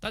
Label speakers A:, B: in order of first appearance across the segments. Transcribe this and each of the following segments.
A: 大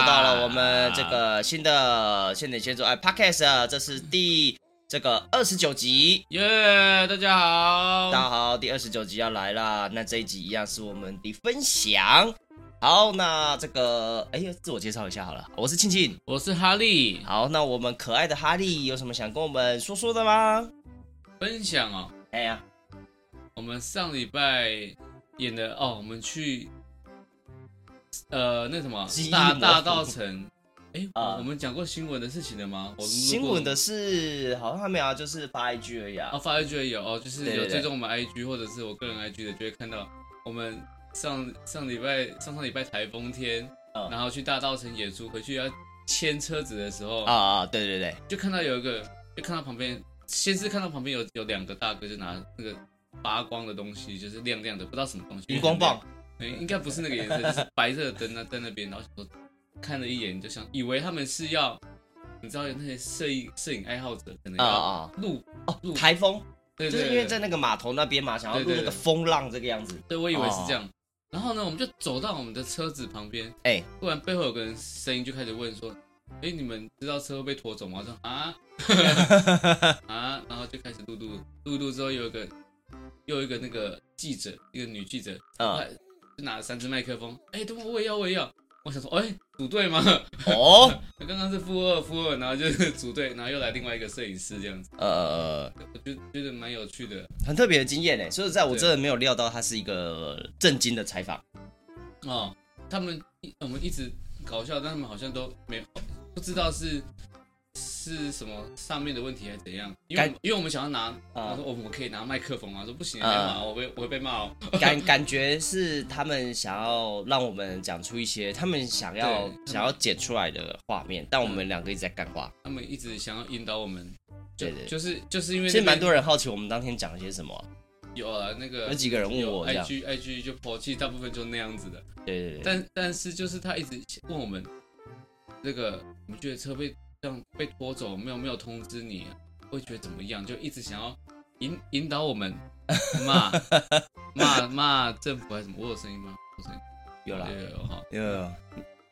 B: 又到了我们这个新的现点现做哎 Podcast，啊这是第这个二十九集。
A: 耶大家好。
B: 大家好，第二十九集要来啦。那这一集一样是我们的分享。好，那这个哎呀，自我介绍一下好了，我是庆庆。
A: 我是哈利。
B: 好，那我们可爱的哈利有什么想跟我们说说的吗？
A: 分享哦，
B: 哎呀，
A: 我们上礼拜演的哦，我们去呃那什么
B: 记忆
A: 大
B: 模糊
A: 大道城。哎、
B: 啊
A: 我我们讲过新闻的事情了吗？我们录过
B: 新闻的是好像还没有啊，就是发 IG 而已
A: 哦，
B: 啊。
A: 发 IG 也有哦，就是
B: 对对
A: 有
B: 对
A: 追踪我们 IG 或者是我个人 IG 的，就会看到我们上上礼拜上上礼拜台风天，
B: 嗯
A: 然后去大稻城演出，回去要牵车子的时候，
B: 啊啊，对对对，
A: 就看到有一个，就看到旁边，先是看到旁边有有两个大哥就拿那个发光的东西，就是亮亮的，不知道什么东西，
B: 荧光棒，
A: 没，应该不是那个颜色，就是白色的灯啊，在那边，然后想说看了一眼就想，以为他们是要，你知道那些摄影摄影爱好者可能
B: 啊
A: 要
B: 啊
A: 录，
B: 哦
A: 录，
B: 台风
A: 对
B: 就
A: 对
B: 是
A: 对
B: 因为在那个码头那边嘛，想要录那
A: 对对
B: 个
A: 对
B: 风浪这个样子。
A: 对，我以为是这样。然后呢，我们就走到我们的车子旁边，
B: 哎
A: 突然背后有个人声音就开始问说：“哎，你们知道车会被拖走吗？”我说：“啊啊！”然后就开始录录录录之后，有一个又一个那个记者，一个女记者，
B: 啊
A: 她就拿了三支麦克风，哎，等我我也要我也要。我想说，哎，组队吗？
B: 哦，
A: 刚刚是负二负二，然后就是组队，然后又来另外一个摄影师这样子，
B: 呃，
A: 我就觉得蛮有趣的。
B: 很特别的经验呢。说实在，我真的没有料到它是一个震惊的采访。
A: 哦，他们一我们一直搞笑，但他们好像都没有不知道是是什么上面的问题还是怎样，因为我们因为我们想要拿，
B: 啊
A: 我说我们可以拿麦克风啊，说不行，
B: 啊
A: 没有啊，我被我会被骂哦，
B: 感感觉是他们想要让我们讲出一些他们想要
A: 对嗯他们
B: 想要剪出来的画面，但我们两个一直在干话。
A: 他们一直想要引导我们，就
B: 对对
A: 就是就是因为
B: 其实蛮多人好奇我们当天讲了些什么啊，
A: 有啊那个
B: 有几个人问
A: 有
B: 我这样。
A: IG IG 就抛弃，大部分就那样子的，
B: 对对对，
A: 但但是就是他一直问我们，这个你们觉得车被这样被拖走，没有没有通知你，会觉得怎么样？就一直想要引引导我们 骂骂骂政府还是什么？我有声音吗？我有声音
B: 有啦，
A: 有有好，
B: 有有有。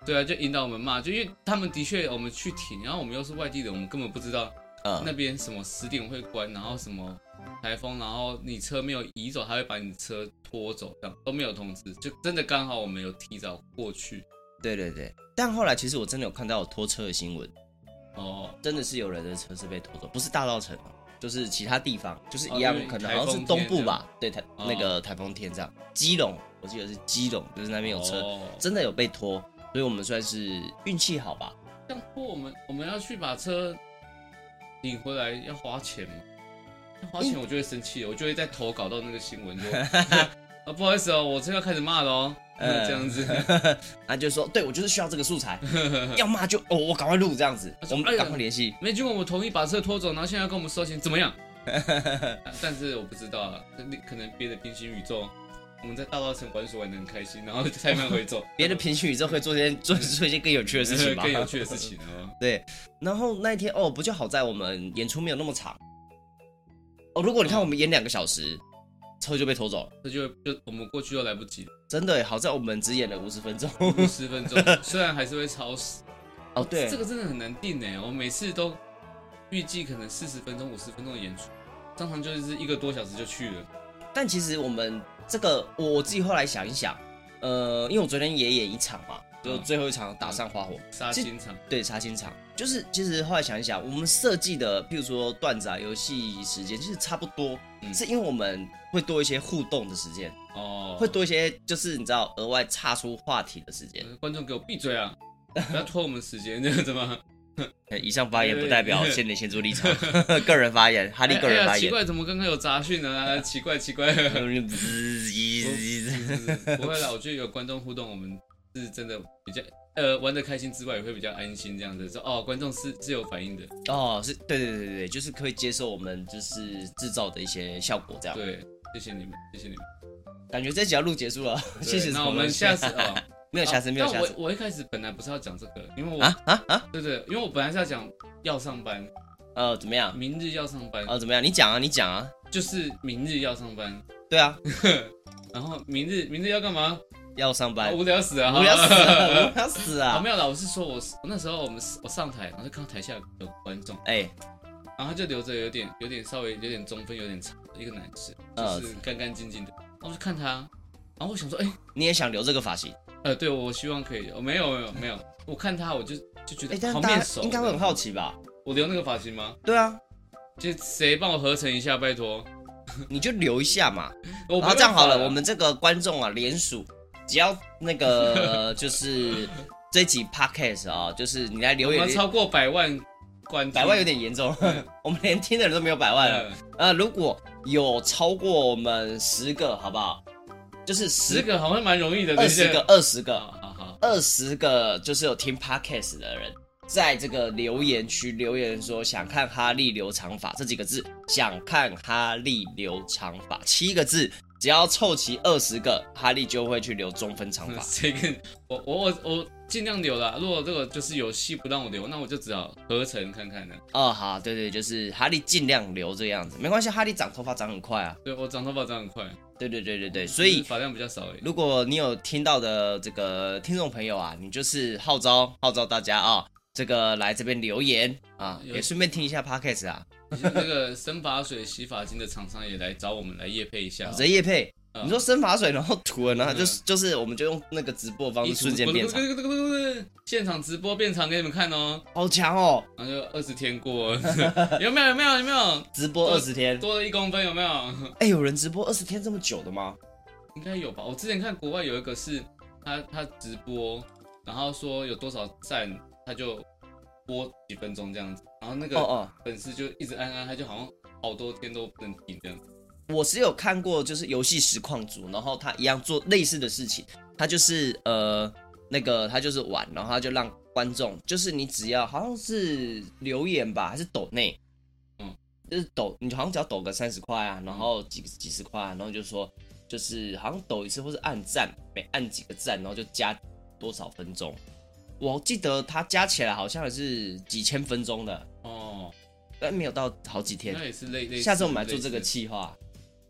A: 对啊，就引导我们骂，就因为他们的确我们去停，然后我们又是外地人，我们根本不知道那
B: 嗯，
A: 边什么十点会关，然后什么台风，然后你车没有移走，他会把你车拖走，这样都没有通知，就真的刚好我们有提早过去
B: 对对对。但后来其实我真的有看到有拖车的新闻，
A: 哦。
B: 真的是有人的车是被拖走，不是大稻城啊，就是其他地方，就是一样
A: 哦因，为
B: 可能好像是东部吧，对台
A: 哦
B: 那个台风天这样。基隆，我记得是基隆，就是那边有车，
A: 哦、
B: 真的有被拖，所以我们算是运气好吧。
A: 这样拖我们我们要去把车领回来要花钱吗？
B: 嗯
A: 要花钱我就会生气，我就会再投稿到那个新 闻说，啊不好意思哦，我车要开始骂了哦，
B: 嗯
A: 这样子，
B: 他就说，对我就是需要这个素材，要骂就哦，我赶快录这样子，我们
A: 哎呀
B: 赶快联系。
A: 没经过我们同意把车拖走，然后现在要跟我们收钱，怎么 样？啊但是我不知道啊，可能别的平行宇宙，我们在大稻城玩耍玩的很开心，然后太慢回走，
B: 别的平行宇宙会做些做做一些更有趣的事情 吧，
A: 更有趣的事。情 哦。
B: 对，然后那一天哦，不就好在我们演出没有那么长哦。如果你看我们演两个小时，车就被偷走了，
A: 这就就我们过去又来不及了，
B: 真的耶。好在我们只演了五十分钟
A: 五十分钟， 虽然还是会超时，
B: 哦，对
A: 这，个真的很难定哎，我每次都预计可能四十分钟、五十分钟的演出，常常就是一个多小时就去了。
B: 但其实我们这个我我自己后来想一想，呃，因为我昨天也演一场嘛，就
A: 嗯
B: 最后一场打上花火，
A: 杀青场，
B: 对，杀青场。就是其实后来想一想，我们设计的，譬如说段子啊、游戏时间，其实差不多，
A: 嗯
B: 是因为我们会多一些互动的时间，
A: 哦，
B: 会多一些就是你知道额外岔出话题的时间。
A: 呃观众给我闭嘴啊！不要拖我们时间， 这样子吗？
B: 呃以上发言
A: 对
B: 不代表
A: 对
B: 先点先做立场， 个人发言，
A: 阿
B: 哈利个人发
A: 哎奇
B: 言。
A: 怪，怎么刚刚有杂讯呢、啊？奇怪，奇怪。
B: 嗯
A: 不会啦，我觉得有观众互动，我们是真的比较呃玩的开心之外，也会比较安心这样子。说哦，观众是是有反应的，
B: 哦，是对对对对对，就是可以接受我们就是制造的一些效果，这样。
A: 对，谢谢你们，谢谢你们。
B: 感觉这集要录结束了，
A: 对
B: 谢谢。
A: 那我们下次哦，
B: 啊 没有下次，没有
A: 但
B: 下次
A: 我我一开始本来不是要讲这个，因为我、
B: 啊啊啊！
A: 对对，因为我本来是要讲要上班，
B: 呃，怎么样？
A: 明日要上班，
B: 呃，怎么样？你讲啊，你讲啊。
A: 就是明日要上班，
B: 对啊，
A: 然后明日明日要干嘛？
B: 要上班，
A: 无聊死啊！
B: 无聊死 了，
A: 哈
B: 无聊 死
A: 啊，
B: 啊！
A: 没有啦，我是说我我那时候我们我上台，然后就看到台下有观众，
B: 哎，
A: 然后他就留着有点有点稍微有点中分有点长的一个男生，
B: 呃
A: 就是干干净净的，然后我就看他，然后我想说，哎、
B: 你也想留这个发型？
A: 呃，对我希望可以，哦、没有没有没有，我看他我就就觉得
B: 哎，但
A: 好
B: 是
A: 面
B: 大
A: 熟
B: 家
A: 的，
B: 应该会很好奇吧？
A: 我留那个发型吗？
B: 对啊，
A: 就谁帮我合成一下，拜托。
B: 你就留一下嘛。
A: 我啊
B: 然后这样好了，我们这个观众啊，联署，只要 那个就是这集 podcast 啊，就是你来留
A: 我
B: 言
A: 们，超过百万观
B: 百万有点严重， 我们连听的人都没有百万了。
A: 万，
B: 呃，如果有超过我们十个，好不好？就是
A: 十
B: 十、
A: 个好像蛮容易的，
B: 二
A: 对不对
B: 十个、，二十
A: 好
B: 个、
A: 好好，
B: 二十个，就是有听 podcast 的人，在这个留言区留言说想看哈利留长发这几个字，想看哈利留长发七个字，只要凑齐二十个，哈利就会去留中分长发。
A: 谁跟我我我我尽量留啦。如果这个就是有戏不让我留，那我就只好合成看看了。
B: 哦，好，对对，就是哈利尽量留这样子，没关系，哈利长头发长很快啊。
A: 对我长头发长很快，
B: 对对对对对，所以
A: 只是发量比较少而已。
B: 如果你有听到的这个听众朋友啊，你就是号召号召大家啊、这个来这边留言啊，
A: 有
B: 也顺便听一下 podcast 啊，
A: 那个生发水、洗发精的厂商也来找我们来夜配一下哦
B: 直，接叶配。
A: 嗯
B: 你说生发水，然后涂了，然后
A: 嗯
B: 就是就是，我们就用那个直播方
A: 一
B: 式
A: 组
B: 瞬间变长，，
A: 现场直播变长给你们看哦。
B: 好强哦！
A: 然后就二十天过，有没有？有没有？有没有？
B: 直播二十天，
A: 多了一公分，有没有？
B: 哎，有人直播二十天这么久的吗？
A: 应该有吧？我之前看国外有一个是他他直播，然后说有多少赞，他就播几分钟这样子，然后那
B: 哦
A: 个
B: 哦，
A: 粉丝就一直按按，他就好像好多天都不能停这样子。
B: 我是有看过，就是游戏实况组，然后他一样做类似的事情，他就是呃那个他就是玩，然后他就让观众，就是你只要好像是留言吧，还是抖内，
A: 嗯，
B: 就是抖，你好像只要抖个三十块啊，然后几几十块、啊，然后就说就是好像抖一次或是按赞，每按几个赞，然后就加多少分钟。我记得他加起来好像也是几千分钟的，
A: 哦，
B: 但没有到好几天
A: 那。也是类类似。
B: 下次我们来做这个
A: 类似，
B: 企划。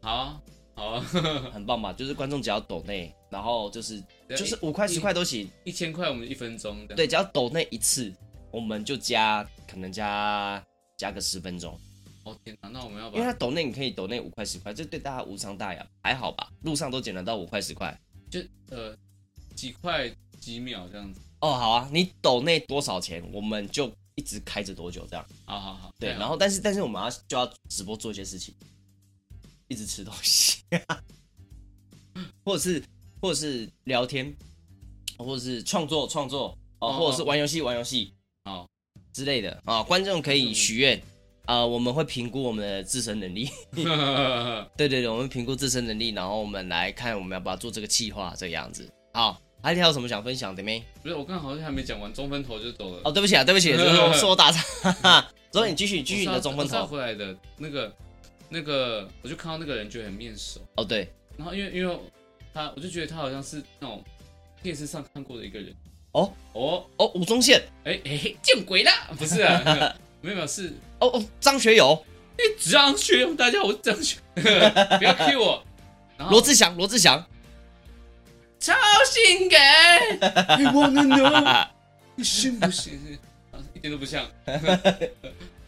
A: 好啊好啊，
B: 很棒吧？就是观众只要抖内，然后就是
A: 对啊
B: 就是五块十块都行，
A: 一嗯千块我们一分钟这样。
B: 对，只要抖内一次，我们就加可能加加个十分钟，
A: 哦天哪，那我们要
B: 因为
A: 把
B: 他抖内你可以抖内五块十块，这对大家无伤大雅，还好吧？路上都捡得到五块十块。
A: 就呃几块几秒这样子。
B: 哦，好啊，你抖内多少钱，我们就一直开着多久这样。
A: 好好好，这
B: 对，
A: 样
B: 然后但是但是我们要就要直播做一些事情，一直吃东西， 或者是或者是聊天，或者是创作创作哦，
A: 哦
B: 或者是玩游戏玩游戏
A: 好
B: 之类的啊、观众可以许愿啊、我们会评估我们的自身能力， 对对对，我们评估自身能力，然后我们来看我们要不要做这个计划这个样子。好，还有什么想分享的没？
A: 不是我刚好像还没讲完，中分头就走了。
B: 哦，对不起啊，对不起，就是我说我打岔，哈 哈。所以你继续继续你的中分
A: 我是要
B: 头。
A: 回来的那个那个，我就看到那个人觉得很面熟，
B: 哦，对，
A: 然后因为因为他，我就觉得他好像是那种电视上看过的一个人。
B: 哦
A: 哦，
B: 哦，吴宗宪。
A: 哎哎嘿，见鬼啦！不是 啊，没有没有是
B: 哦哦，张学友、
A: 张学友，大家好我是张学， 不要 Q 我。然
B: 罗
A: 后
B: 志祥、罗志祥，
A: 超性感，I wanna know 哦你信不信？啊一点都不 像。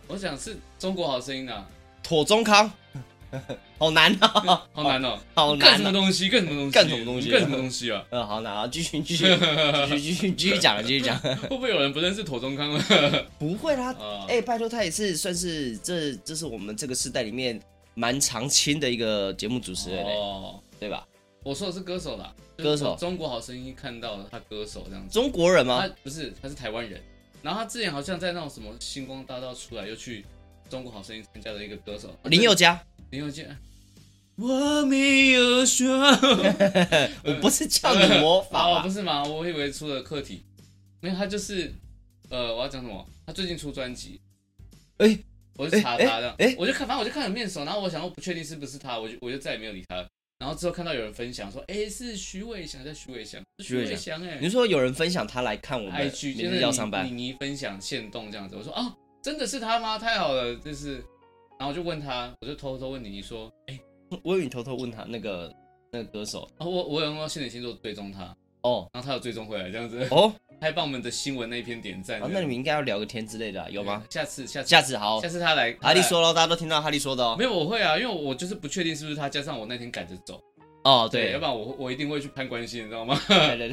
A: 我想是中国好声音啊，
B: 妥中康， 好难啊、
A: 好难哦，
B: 好
A: 干
B: 难
A: 什么
B: 啊！
A: 东西？干什么东西？
B: 干什么东西
A: 干什么东西啊？
B: 呃，好难啊！继续，继 续，继续，继续，继续讲了，继续讲。
A: 会不会有人不认识妥中康了？
B: 不会啦，
A: 啊，
B: 哎、拜托，他也是算是这，这是我们这个世代里面蛮常青的一个节目主持人、欸，
A: 哦，
B: 对吧？
A: 我说的是歌手啦，
B: 歌手啊
A: 就是我中国好声音看到他歌手这样子，
B: 中国人吗
A: 他？不是他是台湾人，然后他之前好像在那种什么星光大道出来，又去中国好声音参加了一个歌手
B: 林宥嘉，
A: 林宥嘉，我没有说，
B: 我不是叫你模仿
A: 哦，
B: 啊
A: 不，是吗？我以为出了课题，没有，他就是，呃，我要讲什么？他最近出专辑，
B: 哎
A: 我就查他的，
B: 哎哎哎
A: 我就看，反正我就看很面熟，然后我想我不确定是不是他，我就我就再也没有理他了。然后之后看到有人分享说，哎、是徐伟翔，叫徐伟翔，是徐伟翔哎、
B: 你说有人分享他来看我们
A: IG
B: 明
A: 就是
B: 日要上班
A: 你，你分享线动这样子，我说哦，真的是他吗？太好了，就是，然后我就问他，我就偷偷问你，你说，哎、
B: 我以为你偷偷问他那个那个歌手
A: 哦我我有用心理星座追踪他，
B: 哦
A: 然后他有追踪回来这样子，
B: 哦，
A: 还帮我们的新闻哦那一篇点赞、
B: 啊那你们应该要聊个天之类的啊，有吗？？
A: 下次下次
B: 下次好
A: 下，次他来，
B: 哈
A: 他
B: 利
A: 来
B: 说喽，大家都听到哈利说的哦
A: 没。有，我会啊，因为我就是不确定是不是他，加上我那天赶着走，
B: 哦，
A: 对，
B: 对
A: 要不，然我我一定会去攀关系，你知道吗？
B: 对对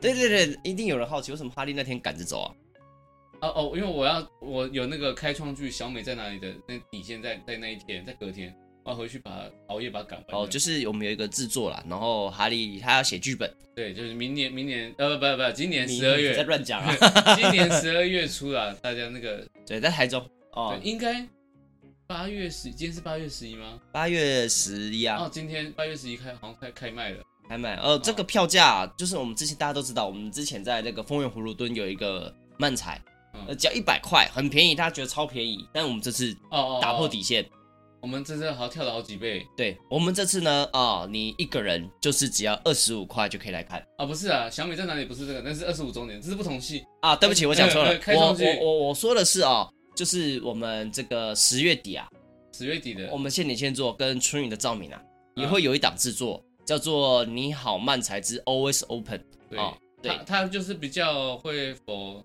B: 对对对对，一定有人好奇为什么哈利那天赶着走啊？
A: 哦哦，因为我要我有那个开创剧《小美在哪里》的那底线在在那一天，在隔天，我要回去把熬夜把它赶完。
B: 哦，就是我们有一个制作啦，然后哈利他要写剧本，
A: 对，就是明年明年呃不不不，今年
B: 你
A: 十二
B: 你在
A: 月，
B: 乱讲啊？
A: 今年十二月初啦，大家那个
B: 对，在台中哦
A: 对，应该八月十，今天是八月十一吗？
B: 八月十一啊
A: 哦，，今天八月十一开好像开开卖了。
B: 还买。呃，这个票价啊、就是我们之前大家都知道，我们之前在那个丰原葫芦墩有一个漫彩
A: 嗯，
B: 呃，只要一百块，很便宜，大家觉得超便宜。但我们这次
A: 哦哦，哦
B: 打破，底线，
A: 我们这次好像跳了好几倍
B: 对我们这次呢，啊、你一个人就是只要二十五块就可以来看。
A: 啊！不是啊，小美在哪里不是这个，那是二十五周年，这是不同戏。
B: 啊，对不起，我讲错了
A: 呃呃。开
B: 我
A: 上去
B: 我我我说的是哦，就是我们这个十月底啊，
A: 十月底的
B: 我们现点现做跟春雨的照明啊，
A: 嗯
B: 也会有一档制作叫做《你好漫才之 Always Open》
A: 对，
B: 哦对
A: 他他就是比较会否，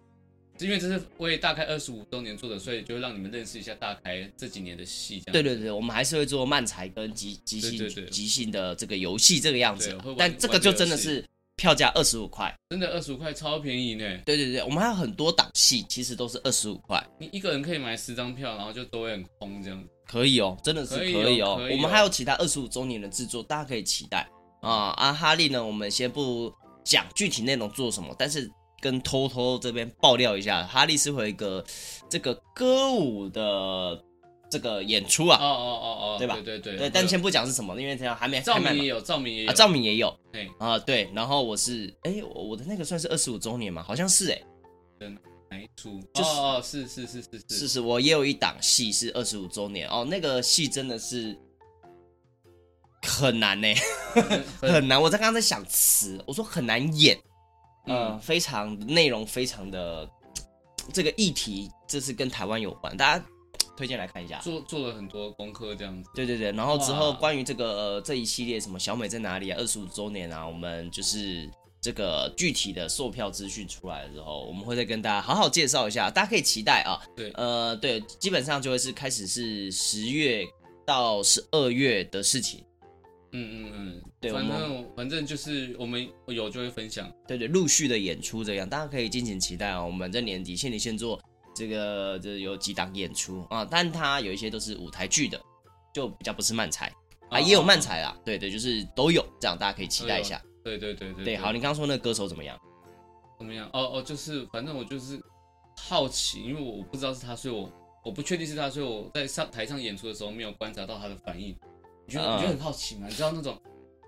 A: 因为这是为大概二十五周年做的，所以就让你们认识一下大开这几年的戏，这样
B: 对对对，我们还是会做漫才跟即即
A: 对
B: 兴
A: 对对
B: 即兴的这个游戏这个样子
A: 对
B: 啊
A: 会玩，
B: 但这个就真的是票价二十五块。
A: 真的二十五块超便宜呢，
B: 对对对，我们还有很多档戏，其实都是二十五块，
A: 你一个人可以买十张票，然后就都会很空这样子。
B: 可以哦，真的是
A: 可
B: 可
A: 以
B: 以
A: 哦
B: 哦。
A: 可以哦
B: 我们还有其他二十五周年的制作，大家可以期待啊。啊，哈利呢，我们先不讲具体内容做什么，但是跟偷偷这边爆料一下，哈利是会有一个这个歌舞的这个演出
A: 哦
B: 啊。
A: 哦哦哦，
B: 对吧
A: 对对对，
B: 对，但先不讲是什么，因为这样还没
A: 赵
B: 还没
A: 明也有，赵明也有
B: 啊，赵敏也有
A: 嘿，
B: 啊，对，然后我是，哎，我我的那个算是二十五周年嘛，好像是哎，
A: 哪一出？
B: 就是
A: 哦哦是是是是
B: 是，是，我也有一档戏是二十五周年哦，那个戏真的是很难呢，很难，我在刚刚在想词，我说很难演，呃，
A: 嗯
B: 非常内容非常的这个议题，这是跟台湾有关，大家推荐来看一下。
A: 做做了很多功课这样子。
B: 对对对，然后之后
A: 哇
B: 关于这个、呃、这一系列什么小美在哪里啊，二十五周年啊，我们就是这个具体的售票资讯出来之后，我们会再跟大家好好介绍一下，大家可以期待啊。
A: 对
B: 呃，对，基本上就会是开始是十月到十二月的事情，
A: 嗯嗯嗯，
B: 对
A: 反
B: 我们
A: 正反正就是我们有就会分享，
B: 对对，陆续的演出这样，大家可以敬请期待啊、我们在年底现里现做这个这有几档演出啊，但它有一些都是舞台剧的，就比较不是漫才啊，也有漫
A: 哦。哦
B: 才啦，对对，就是都有，这样大家可以期待一下。
A: 哦对对对对
B: 对，好，你刚刚说那个歌手怎么样？
A: 怎么样？哦哦，就是反正我就是好奇，因为我我不知道是他，所以我我不确定是他，所以我在上台上演出的时候没有观察到他的反应。你觉得、
B: 嗯
A: 你觉得很好奇吗？你知道那种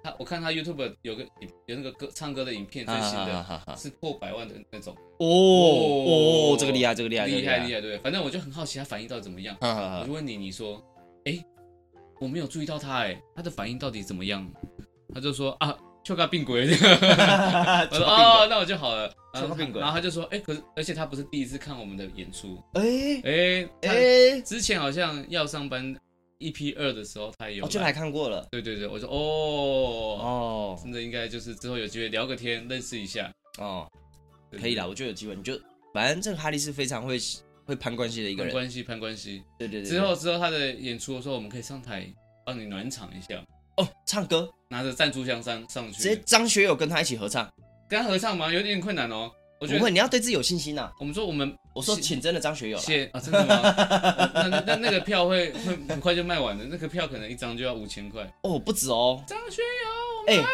A: 他，我看他 YouTube 有个有那个歌唱歌的影片，最新的、
B: 啊啊
A: 是破百万的那种，
B: 哦
A: 哦
B: 哦，这个厉害，这个厉害，
A: 厉害厉
B: 害。
A: 害，
B: 啊
A: 对。反正我就很好奇他反应到底怎么样。
B: 哈哈
A: 我
B: 哈
A: 就问你，你说，哎、我没有注意到他、哎，他的反应到底怎么样？他就说啊，就个病鬼。 我说哦，那我就好了。然
B: 说
A: 后
B: 个病鬼
A: 然后他就说，哎、可是而且他不是第一次看我们的演出，
B: 哎
A: 哎、哎，
B: 哎，
A: 之前好像要上班 EP 二的时候他也有，
B: 哦我就来，看过了
A: 对对对，我说哦，
B: 哦
A: 真的应该就是之后有机会聊个天，认识一下，
B: 哦，
A: 对
B: 可以啦，，我觉得有机会，你就反正这个哈利是非常会会攀关系的一个
A: 攀
B: 人，
A: 关系攀关系。
B: 对对对。
A: 之后之后他的演出的时候，我们可以上台帮你暖场一下，
B: 哦，唱歌
A: 拿着赞助箱上上
B: 直接
A: 去，
B: 张学友跟他一起合唱，
A: 跟他合唱吗？有点困难哦。我觉
B: 不
A: 得
B: 会，你要对自己有信心呐。
A: 我们说我们
B: 我说
A: 是
B: 请真的张学友啦，
A: 谢啊，真的吗？呃那那那那个票会会很快就卖完的，那个票可能一张就要五千块。
B: 哦不止哦，
A: 张学友，
B: 哎，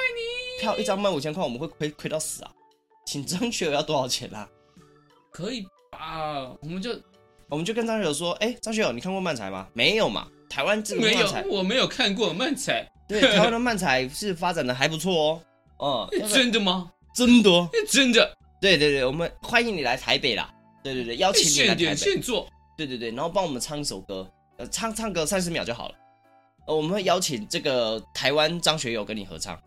B: 票一张卖五千块，我们会亏亏到死啊。请张学友要多少钱啊啦？
A: 可以吧？我们就
B: 我们就跟张学友说，哎，张学友，你看过漫才吗？没有嘛，台湾这个
A: 没
B: 漫
A: 有
B: 才，，
A: 我没有看过漫才，
B: 对台湾的漫才是发展的还不错哦，嗯，
A: 真的吗？
B: 真的，哦
A: 真的，
B: 对对对，我们欢迎你来台北啦，对对对，邀请你来
A: 现
B: 台
A: 点
B: 北，
A: 现做，
B: 对对对，然后帮我们唱一首歌，呃，唱唱歌三十秒就好了，呃，我们会邀请这个台湾张学友跟你合唱，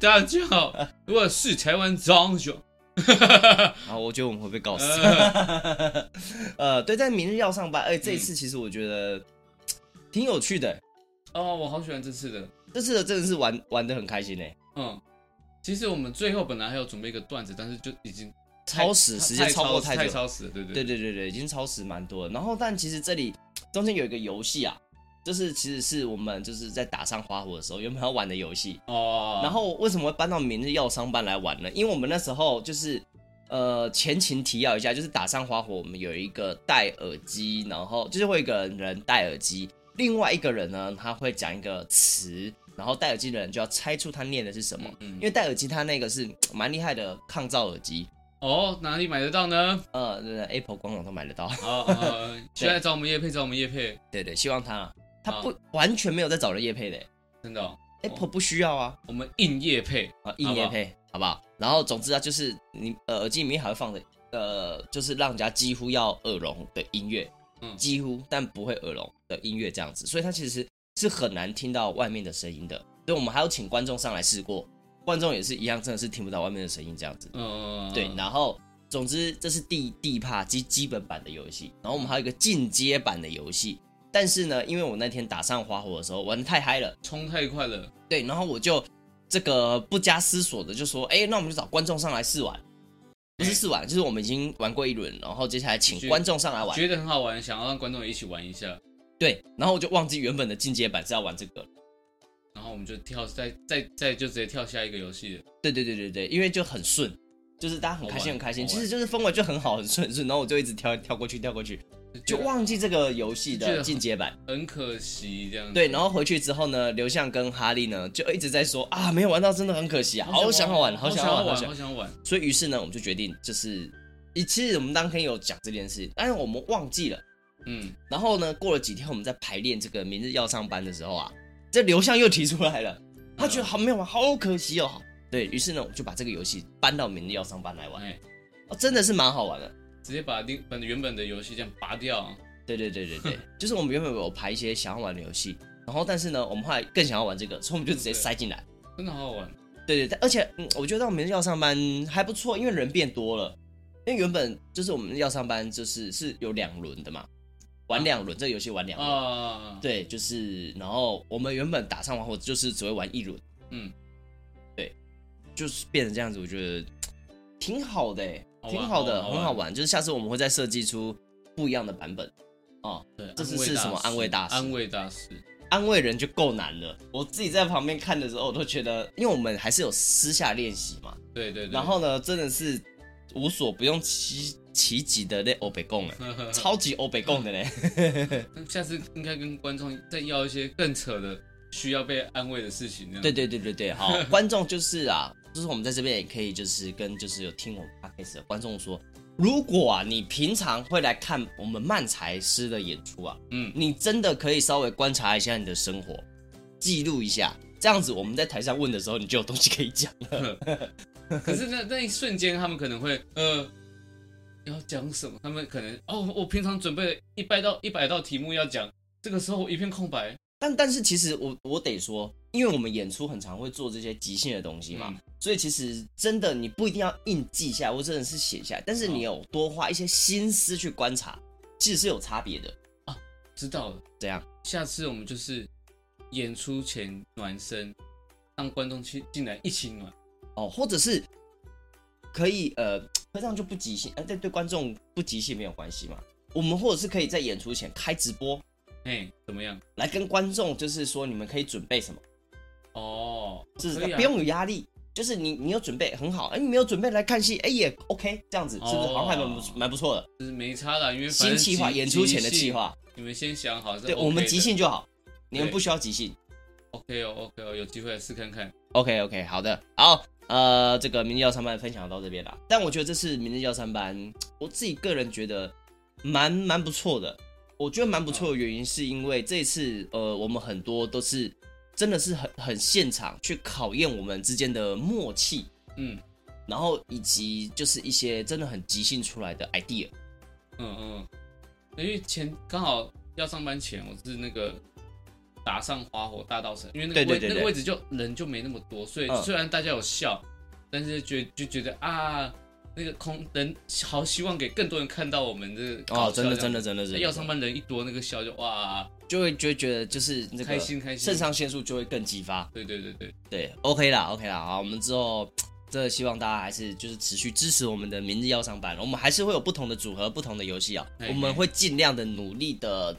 A: 大家好，我是台湾张雄。
B: 然后我觉得我们会被告死，
A: 呃，
B: 呃，对，在明日要上班，哎，这一次其实我觉得嘖挺有趣的，
A: 哦，我好喜欢这次的，
B: 这次的真的是玩玩的很开心哎，
A: 嗯，其实我们最后本来还有准备一个段子，但是就已经太
B: 超时时间超过
A: 太
B: 太久了
A: 超时了，对对
B: 对对对对，已经超时蛮多了。然后，但其实这里中间有一个游戏啊，就是其实是我们就是在打上花火的时候原本要玩的游戏。
A: 哦，
B: 然后为什么会搬到明日药商班来玩呢？因为我们那时候就是呃前情提要一下，就是打上花火，我们有一个戴耳机，然后就是会有一个人戴耳机，另外一个人呢他会讲一个词，然后戴耳机的人就要猜出他念的是什么。
A: 嗯
B: 因为戴耳机它那个是蛮厉害的抗噪耳机，
A: 哦，哪里买得到呢？
B: 呃对对，Apple 官网都买得到。
A: 哦，呃现在找我们叶配，找我们叶配，
B: 对对，希望他啊，他
A: 啊
B: 不、完全没有在找人叶配的欸
A: 真的哦，
B: ，Apple 不需要啊，
A: 我们硬叶配，
B: 啊硬叶配好不好？然后总之啊，就是你呃耳机里面还会放的呃，就是让人家几乎要耳聋的音乐，
A: 嗯
B: 几乎但不会耳聋的音乐这样子，所以它其实是很难听到外面的声音的。所以我们还要请观众上来试过，观众也是一样，真的是听不到外面的声音这样子。
A: 嗯，
B: 对，然后总之这是第第一趴基基本版的游戏，然后我们还有一个进阶版的游戏。但是呢，因为我那天打上花火的时候玩的太嗨了，
A: 冲太快了，
B: 对，然后我就这个不加思索的就说，哎，那我们就找观众上来试玩，不是试玩，就是我们已经玩过一轮，然后接下来请
A: 是
B: 观众上来玩，
A: 觉得很好玩，想要让观众也一起玩一下，
B: 对，然后我就忘记原本的进阶版是要玩这个了，
A: 然后我们就跳，再再再就直接跳下一个游戏了，
B: 对对对对对，因为就很顺。就是大家很
A: 好
B: 开
A: 玩
B: 心，很开心，
A: 好
B: 其
A: 玩
B: 实就是氛围就很好，很顺很顺，然后我就一直跳跳过去，跳过去，就
A: 觉得
B: 忘记这个游戏
A: 啊觉得
B: 的
A: 很嗯
B: 进阶版。
A: 很可惜这样子。
B: 对，然后回去之后呢，刘向跟哈利呢就一直在说啊，没有玩到真的很可惜啊，好想要玩，好想
A: 想
B: 要玩，好
A: 玩，
B: 想要
A: 好
B: 玩。
A: 想要玩。
B: 所以于是呢，我们就决定就是，一其实我们当天有讲这件事，但是我们忘记了。
A: 嗯，
B: 然后呢，过了几天我们在排练这个明日要上班的时候啊，这刘向又提出来了，他觉得好没有玩，好可惜哦。对于是呢，我们就把这个游戏搬到明日要上班来玩，
A: 哎，
B: 哦，真的是蛮好玩的。
A: 直接把另本原本的游戏这样拔掉。
B: 对对对对对，就是我们原本有排一些想要玩的游戏，然后但是呢，我们后来更想要玩这个，所以我们就直接塞进来。
A: 真的好好玩，
B: 对对，但而且嗯，我觉得我们要上班还不错，因为人变多了。因为原本就是我们要上班，就是是有两轮的嘛，玩两轮、这个游戏玩两轮。
A: 啊！
B: 对，就是然后我们原本打上完后就是只会玩一轮，
A: 嗯，
B: 对，就是变成这样子，我觉得嘖挺好的欸，
A: 好玩哦
B: 挺好的，
A: 好玩
B: 很好玩。就是下次我们会再设计出不一样的版本，
A: 对，
B: 这是
A: 安慰
B: 是什么
A: 大师
B: 安慰大师
A: 安慰大师，
B: 安慰人就够难了。我自己在旁边看的时候，我都觉得，因为我们还是有私下练习嘛，
A: 对对对。
B: 然后呢，真的是无所不用其其极的那欧北贡哎，超级欧北贡的嘞。
A: 下次应该跟观众再要一些更扯的、需要被安慰的事情。这样
B: 对，对对对对，好，观众就是啊，就是我们在这边也可以就是跟就是有听我们 podcast 的观众说，如果啊你平常会来看我们漫才师的演出啊，
A: 嗯，
B: 你真的可以稍微观察一下你的生活，记录一下。这样子，我们在台上问的时候，你就有东西可以讲了。
A: 可是那那一瞬间，他们可能会呃。要讲什么？他们可能哦，我平常准备了一百道一百道题目要讲，这个时候我一片空白。
B: 但但是其实我我得说，因为我们演出很常会做这些即兴的东西嘛，
A: 嗯
B: 所以其实真的你不一定要硬记下来，或真的是写下来，但是
A: 嗯
B: 你有多花一些心思去观察，其实是有差别的。
A: 知道了，
B: 这样
A: 下次我们就是演出前暖身，让观众去进来一起暖。
B: 哦，或者是可以呃，会这样就不即兴，呃，对对观众不即兴没有关系嘛。我们或者是可以在演出前开直播，
A: 哎，怎么样？
B: 来跟观众就是说你们可以准备什么，
A: 哦，
B: 就是
A: 可以啊
B: 不用有压力。就是你，你有准备很好，哎、你没有准备来看戏，哎、也 OK，这样子是不是
A: 哦
B: 好像还蛮不蛮不错的？
A: 就是没差啦，因为反
B: 新
A: 正
B: 计划，
A: 即
B: 演出前的计，划，
A: 即兴你们先想好是 OK
B: 对
A: 的。
B: 我们即兴就好，你们
A: 对
B: 不需要即兴。
A: OK 哦，OK 哦，有机会试看看。
B: OK OK，好的，好，呃，这个明日要上班分享到这边啦。但我觉得这次明日要上班，我自己个人觉得蛮蛮不错的。我觉得蛮不错的原因是因为这次呃，我们很多都是真的是很很现场去考验我们之间的默契，
A: 嗯
B: 然后以及就是一些真的很即兴出来的 idea。
A: 嗯嗯，因为前刚好要上班前，我是那个打上花火大道神，因为那个
B: 对
A: 位
B: 对对
A: 那
B: 对
A: 个位置就人就没那么多，所以
B: 嗯
A: 虽然大家有笑，但是觉就觉得啊，那个空人好希望给更多人看到我们这个
B: 哦，真的真
A: 的。
B: 的真的真的，
A: 要上班人一多，那个笑就哇，
B: 就会就会觉得就是那个
A: 开心开心
B: 肾上腺素就会更激发。
A: 对对对对，
B: 对，OK 啦，OK 啦，好，我们之后真的希望大家还是就是持续支持我们的明日要上班，我们还是会有不同的组合、不同的游戏啊，
A: 嘿嘿
B: 我们会尽量的努力的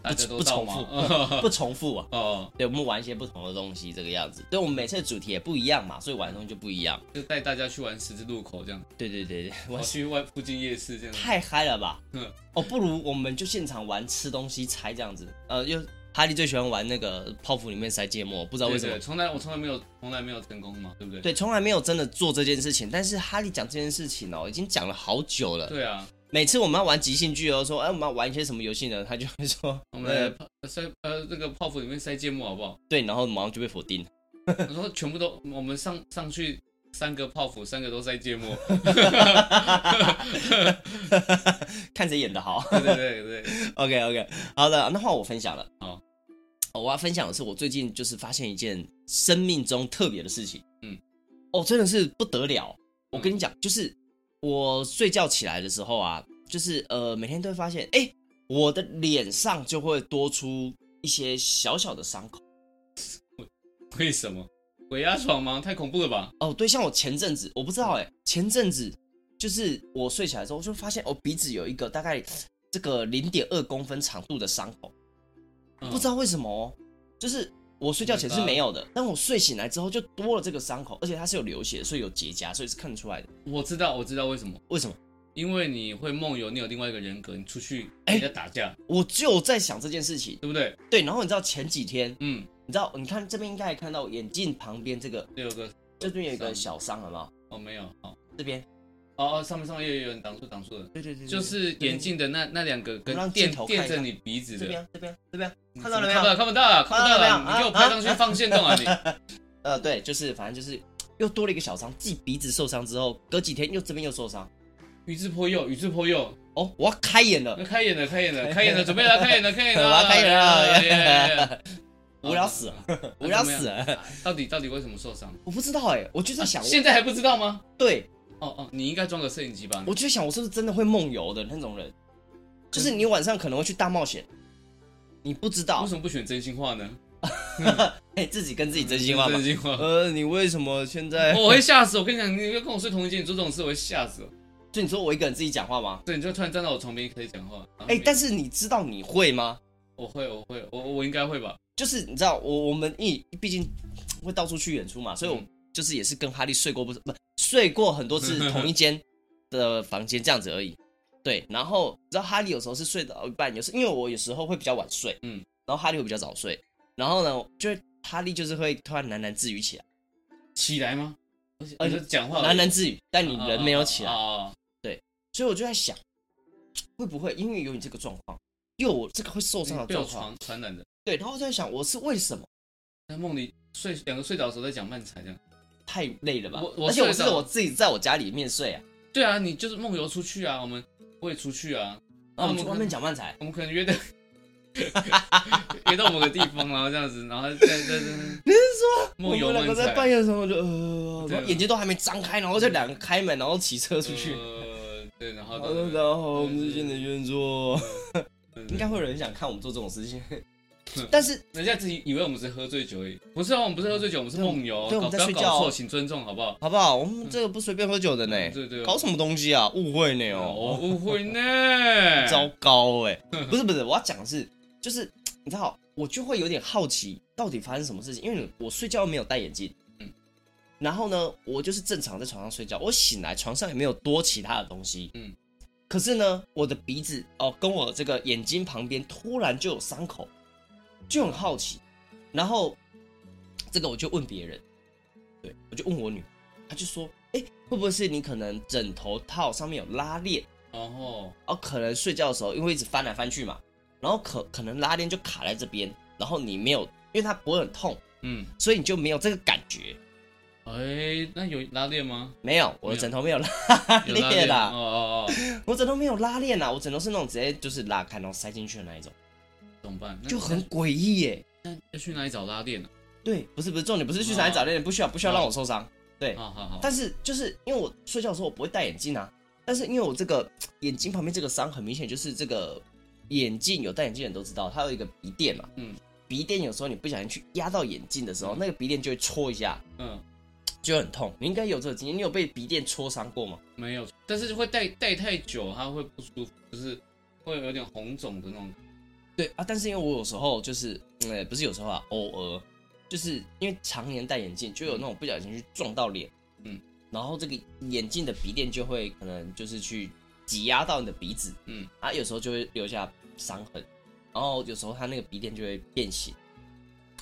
A: 大家都
B: 不
A: 到
B: 重
A: 吗
B: 复？
A: 哦
B: 不重复啊，
A: 哦，
B: 对，我们玩一些不同的东西，这个样子，对，我们每次的主题也不一样嘛，所以玩的东西就不一样。
A: 就带大家去玩十字路口这样，
B: 对对对对，
A: 我
B: 玩
A: 去外附近夜市这样。
B: 太嗨了吧？
A: 哦嗯
B: 哦，不如我们就现场玩吃东西猜这样子，呃，又哈利最喜欢玩那个泡芙里面塞芥末，不知道为什么
A: 对对从来我从来没有从来没有成功嘛，对不对？
B: 对，从来没有真的做这件事情，但是哈利讲这件事情哦，已经讲了好久了。
A: 对啊，
B: 每次我们要玩即兴剧哦，说哎，我们要玩一些什么游戏呢？他就会说，
A: 我们来泡塞呃那个泡芙里面塞芥末好不 好？
B: 对，然后马上就被 否定。
A: 我说全部都，我们上上去三个泡芙，三个都塞芥末。
B: 看谁演的好。
A: 对对对对，
B: OK OK，好的，那换我分享了。
A: 好
B: 哦，我要分享的是我最近就是发现一件生命中特别的事情。
A: 嗯，
B: 哦，真的是不得了。我跟你讲，就是我睡觉起来的时候啊，就是呃，每天都会发现，哎、我的脸上就会多出一些小小的伤口。
A: 为什么？鬼压床吗？太恐怖了吧！
B: 哦，对，像我前阵子，我不知道哎、前阵子就是我睡起来之后，我就发现我、哦鼻子有一个大概这个零点二公分长度的伤口，
A: 嗯
B: 不知道为什么哦，就是我睡觉前是没有的，但我睡醒来之后就多了这个伤口，而且它是有流血，所以有结痂，所以是看得出来的。
A: 嗯我知道，我知道为什么，
B: 为什么？
A: 因为你会梦游，你有另外一个人格，你出去
B: 哎
A: 跟人家打架，
B: 我就在想这件事情，
A: 对不对？
B: 对，然后你知道前几天，
A: 嗯，
B: 你知道，你看这边应该也看到我眼镜旁边这个，
A: 这有个
B: 这边有一个小伤，好不好？
A: 哦没有哦
B: 这边，
A: 哦哦，上面上面也有人挡住挡住了，
B: 对对对，嗯对
A: 就是眼镜的那那两个
B: 我们让
A: 跟
B: 镜
A: 垫
B: 头看一下
A: 垫着你鼻子
B: 这
A: 的，
B: 边这边这边，
A: 你
B: 看到了没
A: 看不
B: 有
A: 到？看不到了，看不到
B: 看到了没有
A: 了，你给我拍上去
B: 啊啊
A: 放线动啊你！
B: 呃，对，就是反正就是又多了一个小伤，自己鼻子受伤之后，隔几天又这边又受伤。
A: 宇智波鼬，宇智波鼬，
B: 哦，我要开眼了
A: 那，开演了，开演了，开演了，准备了，开演了，开演
B: 我
A: 了，
B: 要开眼
A: 哎呀哎呀哎呀
B: 了，无聊死了，无聊死
A: 那
B: 了。
A: 到底到底为什么受伤？
B: 我不知道哎、我就在想，
A: 啊现在还不知道吗？
B: 对，
A: 哦哦，你应该装个摄影机吧？
B: 我就在想我是不是真的会梦游的那种人，就是你晚上可能会去大冒险，你不知道
A: 为，什么不选真心话呢？
B: 哎，自己跟自己真心话嘛
A: 真。心话，
B: 呃，你为什么现在？
A: 我会吓死！我跟你讲，你要跟我睡同一间，你做这种事我会吓死哦。
B: 就你说我一个人自己讲话吗？
A: 对，你就突然站到我床边可以讲话。然后
B: 哎
A: 没，
B: 但是你知道你会吗？
A: 我会，我会，我我应该会吧？
B: 就是你知道，我我们一毕竟会到处去演出嘛，所以我
A: 嗯
B: 就是也是跟哈利睡过不是不睡过很多 次同一间的房间这样子而已。对，然后你知道哈利有时候是睡到一半，有时因为我有时候会比较晚睡，嗯
A: 嗯，
B: 然后哈利会比较早睡，然后呢，就会哈利就是会突然喃喃自语起来，
A: 起来吗？
B: 呃
A: 而且讲话而
B: 喃
A: 已，
B: 喃自语，但你
A: 啊
B: 人没有起来，
A: 哦。哦哦
B: 所以我就在想，会不会因为有你这个状况，又有我这个会受伤
A: 哦
B: 的
A: 被我
B: 状况，
A: 床传染的，
B: 对，然后我就在想我是为什么
A: 在梦里睡两个睡着的时候在讲慢才这样。
B: 太累了吧？
A: 我我
B: 而且我
A: 睡
B: 是
A: 着
B: 我自己在我家里面睡啊。
A: 对啊，你就是梦游出去啊，我们我也出去啊，
B: 然后我们去
A: 我们
B: 外面讲漫才，
A: 我们可能约 到约到某个地方，然后这样子，然后在在在，你是说
B: 我
A: 梦游
B: 们两
A: 梦
B: 个在半夜的时候就呃，
A: 对
B: 然后眼睛都还没张开，然后就两个开门，然后骑车出去。哦
A: 呃，对，然后
B: 好的，然后我们之间的运作，哦应该
A: 会，
B: 会有人想看我们做这种事 情，但是
A: 人家自己以为我们是喝醉酒而已，不是啊，我们不是喝醉酒，我们是梦游，
B: 对我们
A: 搞
B: 在
A: 不要
B: 睡觉
A: 搞错，请尊重好不好？
B: 好不好？我们这个不随便喝酒的呢，
A: 嗯对对，
B: 搞什么东西啊？误会呢
A: 我
B: 哦，
A: 误会呢，
B: 糟糕 哎，不是不是，我要讲的是，就是你知道，我就会有点好奇到底发生什么事情，因为我睡觉没有戴眼镜，嗯
A: 嗯，
B: 然后呢，我就是正常在床上睡觉，我醒来床上也没有多其他的东西，嗯
A: 嗯，
B: 可是呢，我的鼻子哦跟我这个眼睛旁边突然就有伤口，就很好奇，然后这个我就问别人，对我就问我女，她就说，哎、会不会是你可能枕头套上面有拉链？
A: 然后
B: 哦哦，可能睡觉的时候，因为一直翻来翻去嘛，然后可可能拉链就卡在这边，然后你没有，因为它不会很痛，
A: 嗯，
B: 所以你就没有这个感觉。
A: 哎，那有拉链吗？
B: 没有，我
A: 没
B: 的
A: 有
B: 枕头没有拉
A: 有拉
B: 链啊 啦，
A: 哦哦哦，
B: 我枕头没有拉链啊啦，我枕头是那种直接就是拉开然后塞进去的那一种，
A: 怎么办？那
B: 就很诡异耶。
A: 那要去哪里找拉链啊呢？
B: 对，不是不是，重点不是去哪里找猎人，不需要不需要让我受伤。对，
A: 好好好，
B: 但是就是因为我睡觉的时候我不会戴眼镜啊，但是因为我这个眼睛旁边这个伤很明显，就是这个眼镜有戴眼镜的人都知道，它有一个鼻垫嘛，
A: 嗯，
B: 鼻垫有时候你不小心去压到眼镜的时候，那个鼻垫就会戳一下，
A: 嗯，
B: 就会很痛。你应该有这个经验，你有被鼻垫戳伤过吗？
A: 没有，但是会戴戴太久，它会不舒服，就是会有点红肿的那种。
B: 对啊，但是因为我有时候就是，呃，不是有时候啊，偶尔，就是因为常年戴眼镜，就有那种不小心去撞到脸，
A: 嗯，
B: 然后这个眼镜的鼻垫就会可能就是去挤压到你的鼻子，
A: 嗯，
B: 啊，有时候就会留下伤痕，然后有时候它那个鼻垫就会变形。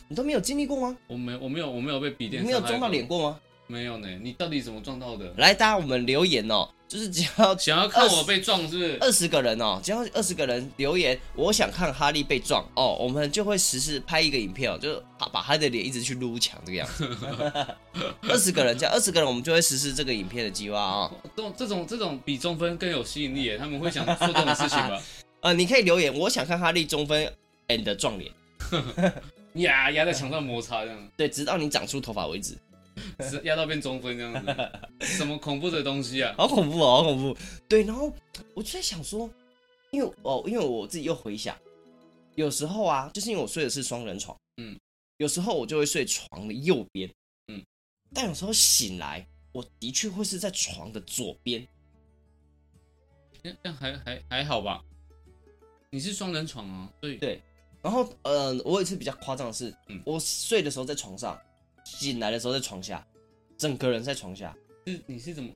B: 你都没有经历过吗？
A: 我没我没有我没有被笔
B: 你
A: 电
B: 没有
A: 伤害
B: 撞到
A: 过
B: 脸，过吗？
A: 没有呢。你到底怎么撞到的？
B: 来，大家我们留言哦，就是只要
A: 想要看我被撞是不呃是？
B: 二十个人哦，只要二十个人留言，我想看哈利被撞哦，我们就会实时拍一个影片哦，就是把把他的脸一直去撸墙这个样子。二十个人，这样二十个人，我们就会实施这个影片的计划啊、哦。
A: 这种这种这种比中分更有吸引力耶，他们会想做这种事情 吧？
B: 呃，你可以留言，我想看哈利中分 and 撞脸，
A: 压压在墙上摩擦这样，
B: 对，直到你长出头发为止。
A: 是压到变中分这样子，什么恐怖的东西 啊？
B: 好恐怖哦，好恐怖。对，然后我就在想说，因为哦，因为我自己又回想，有时候啊，就是因为我睡的是双人床，
A: 嗯，
B: 有时候我就会睡床的右边，
A: 嗯，
B: 但有时候醒来，我的确会是在床的左边。
A: 这样这样还还还好吧？你是双人床啊，所以
B: 对然后，呃，我有一次比较夸张的是，
A: 嗯
B: 我睡的时候在床上，醒来的时候在床下，整个人在床下。
A: 是你是怎么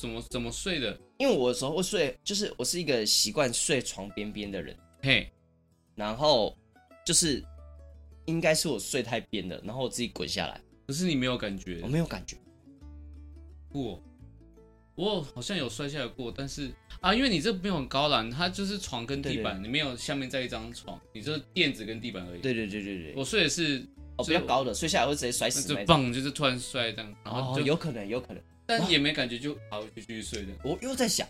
A: 怎么怎么睡的？
B: 因为我有时候会睡，就是我是一个习惯睡床边边的人，
A: 嘿，
B: 然后就是应该是我睡太边了，然后我自己滚下来，
A: 可是你没有感觉
B: 我没有感觉。
A: 过，我好像有摔下来过，但是啊，因为你这没有很高啦，它就是床跟地板，你没有下面再一张床，你就是垫子跟地板而已。
B: 对对对对对，
A: 我睡的是
B: 哦，比较高的，睡下来会直接摔死
A: 就
B: 那种。
A: 棒，就是突然摔这样，然后
B: 哦，
A: 就
B: 有可能，有可能。
A: 但也没感觉就好就继续睡的。
B: 我又在想，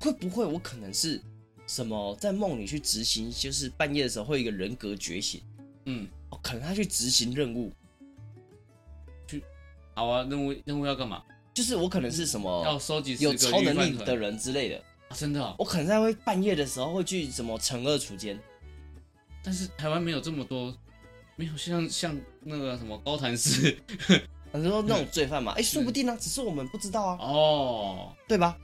B: 会不会我可能是什么在梦里去执行，就是半夜的时候会有一个人格觉醒，
A: 嗯，
B: 哦，可能他去执行任务，
A: 好啊，任务任务要干嘛？
B: 就是我可能是什
A: 要
B: 么
A: 收集
B: 哦有
A: 10个
B: 超
A: 鱼
B: 能
A: 饭
B: 力
A: 团
B: 的人之类的，
A: 啊真的哦、
B: 我可能在会半夜的时候会去什么惩恶除奸。
A: 但是台湾没有这么多，没有像像那个什么高谭 市
B: 很多那种
A: 嗯
B: 罪犯嘛，哎、说不定呢、只是我们不知道啊，
A: 哦，
B: 对吧？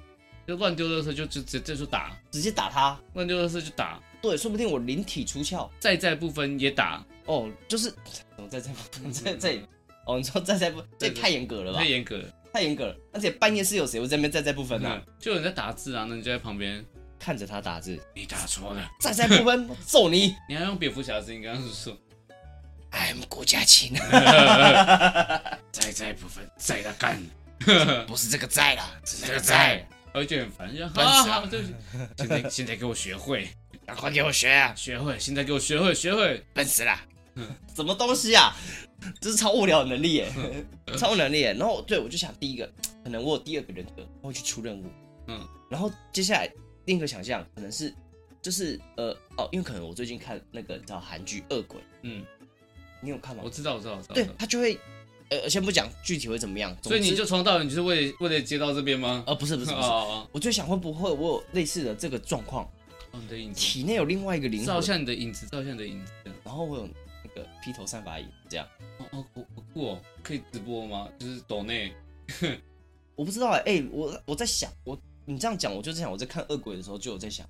A: 就乱丢垃圾就就直接就打，
B: 直接打他，
A: 乱丢垃圾就打，
B: 对，说不定我灵体出窍
A: 在在不分也打，
B: 哦，就是怎么在这 在在哦，你说在在不这
A: 嗯对
B: 也太严格了吧
A: 太？严格了。
B: 太严格了，而且半夜是有谁会在那边在在不分呢、啊？
A: 嗯就有人在打字啊，那你就在旁边，
B: 看着他打字，
A: 你打错了，
B: 在在不分，我 揍你
A: 你还用蝙蝠侠的声音跟他说，
B: ！I'm 郭嘉庆，
A: 在在不分，在他干，嗯
B: 不是这个在啦，是这个
A: 在，他会觉得很烦，就好好好，对不起，现在现在给我学会，
B: 赶快给我学啊，
A: 学会，现在给我学会，学会，
B: 笨死了！
A: 嗯
B: 什么东西啊？这是超无聊的能力耶，
A: 嗯
B: 超无能力耶。然后对我就想，第一个可能我有第二个人格，我会去出任务，
A: 嗯，
B: 然后接下来另一个想象可能是就是呃哦，因为可能我最近看那个叫韩剧《恶鬼》，
A: 嗯，
B: 你有看吗
A: 我？知道，我知道，我知道。
B: 对他就会呃，先不讲具体会怎么样，总
A: 所以你
B: 之
A: 就从头到尾，你就是为了为了接到这边吗？
B: 呃不是不是
A: 哦
B: 不是，
A: 哦，
B: 我就想会不会我有类似的这个状况，
A: 哦哦你的影子，
B: 体内有另外一个灵
A: 照一
B: 魂，
A: 下你的影子，照一下你的影子，这样
B: 然后我有那个披头散发影这样。
A: 哦哦，酷好酷哦，可以直播吗？就是抖内，
B: 我不知道哎、欸我我在想，我你这样讲，我就在想，我在看《恶鬼》的时候就有在想，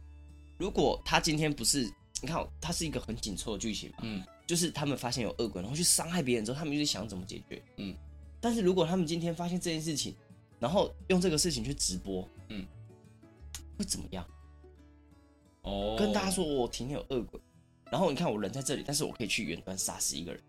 B: 如果他今天不是，你看哦，它是一个很紧凑的剧情嘛，
A: 嗯，
B: 就是他们发现有恶鬼，然后去伤害别人之后，他们就是想怎么解决，
A: 嗯，
B: 但是如果他们今天发现这件事情，然后用这个事情去直播，
A: 嗯，
B: 会怎么样？
A: 哦，
B: 跟大家说我体内有恶鬼，然后你看我人在这里，但是我可以去远端杀死一个人，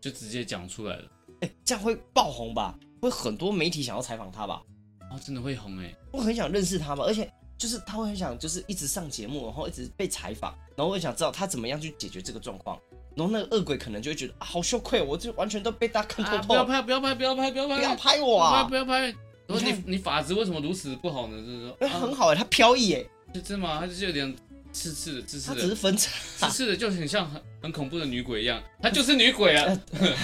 A: 就直接讲出来了，
B: 哎、这样会爆红吧？会很多媒体想要采访他吧？
A: 哦，真的会红哎，
B: 我很想认识他嘛，而且就是他会很想，就是一直上节目，然后一直被采访，然后我很想知道他怎么样去解决这个状况。然后那个恶鬼可能就会觉得、啊、好羞愧，我就完全都被大家看透
A: 啊！
B: 透
A: 不要
B: 了，
A: 拍，不要拍，不要拍，不要拍，
B: 不要拍我啊
A: 不！要拍！
B: 你
A: 不要拍！然后
B: 看
A: 你你法子为什么如此不好呢？就是说，
B: 那
A: 啊
B: 很好哎、他飘逸哎、
A: 是真吗？他就是有点刺刺的，刺
B: 他
A: 刺
B: 只是
A: 的，
B: 分叉，
A: 刺刺的，就很像很很恐怖的女鬼一样，她就是女鬼啊！
B: 呃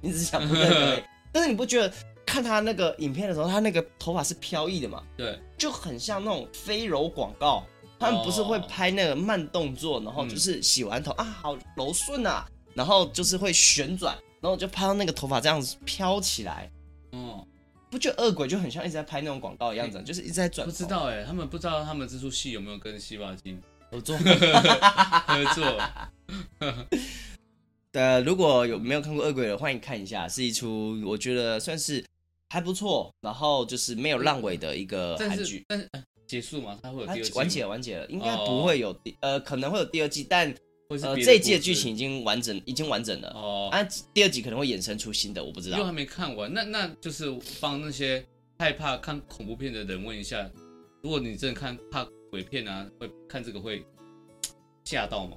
B: 你只
A: 嗯
B: 是想不认而已但是你不觉得看他那个影片的时候，他那个头发是飘逸的嘛？
A: 对，
B: 就很像那种飞柔广告，他们不是
A: 哦
B: 会拍那个慢动作，然
A: 嗯
B: 后就是洗完头、啊，好柔顺啊，然后就是会旋转，然后就拍到那个头发这样子飘起来，
A: 哦，
B: 不觉得恶鬼就很像一直在拍那种广告的样子，就是一直在转。
A: 不知，道哎，他们不知道他们这出戏有没有跟西巴金
B: 我做。
A: 合作？
B: 呃，如果有没有看过恶鬼的，欢迎看一下，是一出我觉得算是还不错，然后就是没有烂尾的一个
A: 但
B: 韩剧
A: 是。但是哎结束嘛，他会有
B: 它
A: 第二季吗，
B: 完结了，完结了，应该
A: 哦
B: 不会有第、呃，可能会有第二季，但
A: 或是
B: 呃
A: 别的
B: 这一季的
A: 故事
B: 剧情已经完整，已经完整了。
A: 哦，
B: 啊，第二集可能会衍生出新的，我不知
A: 又还
B: 道。
A: 没看完，那那就是帮那些害怕看恐怖片的人问一下，如果你真的看怕鬼片啊，会看这个会吓到吗？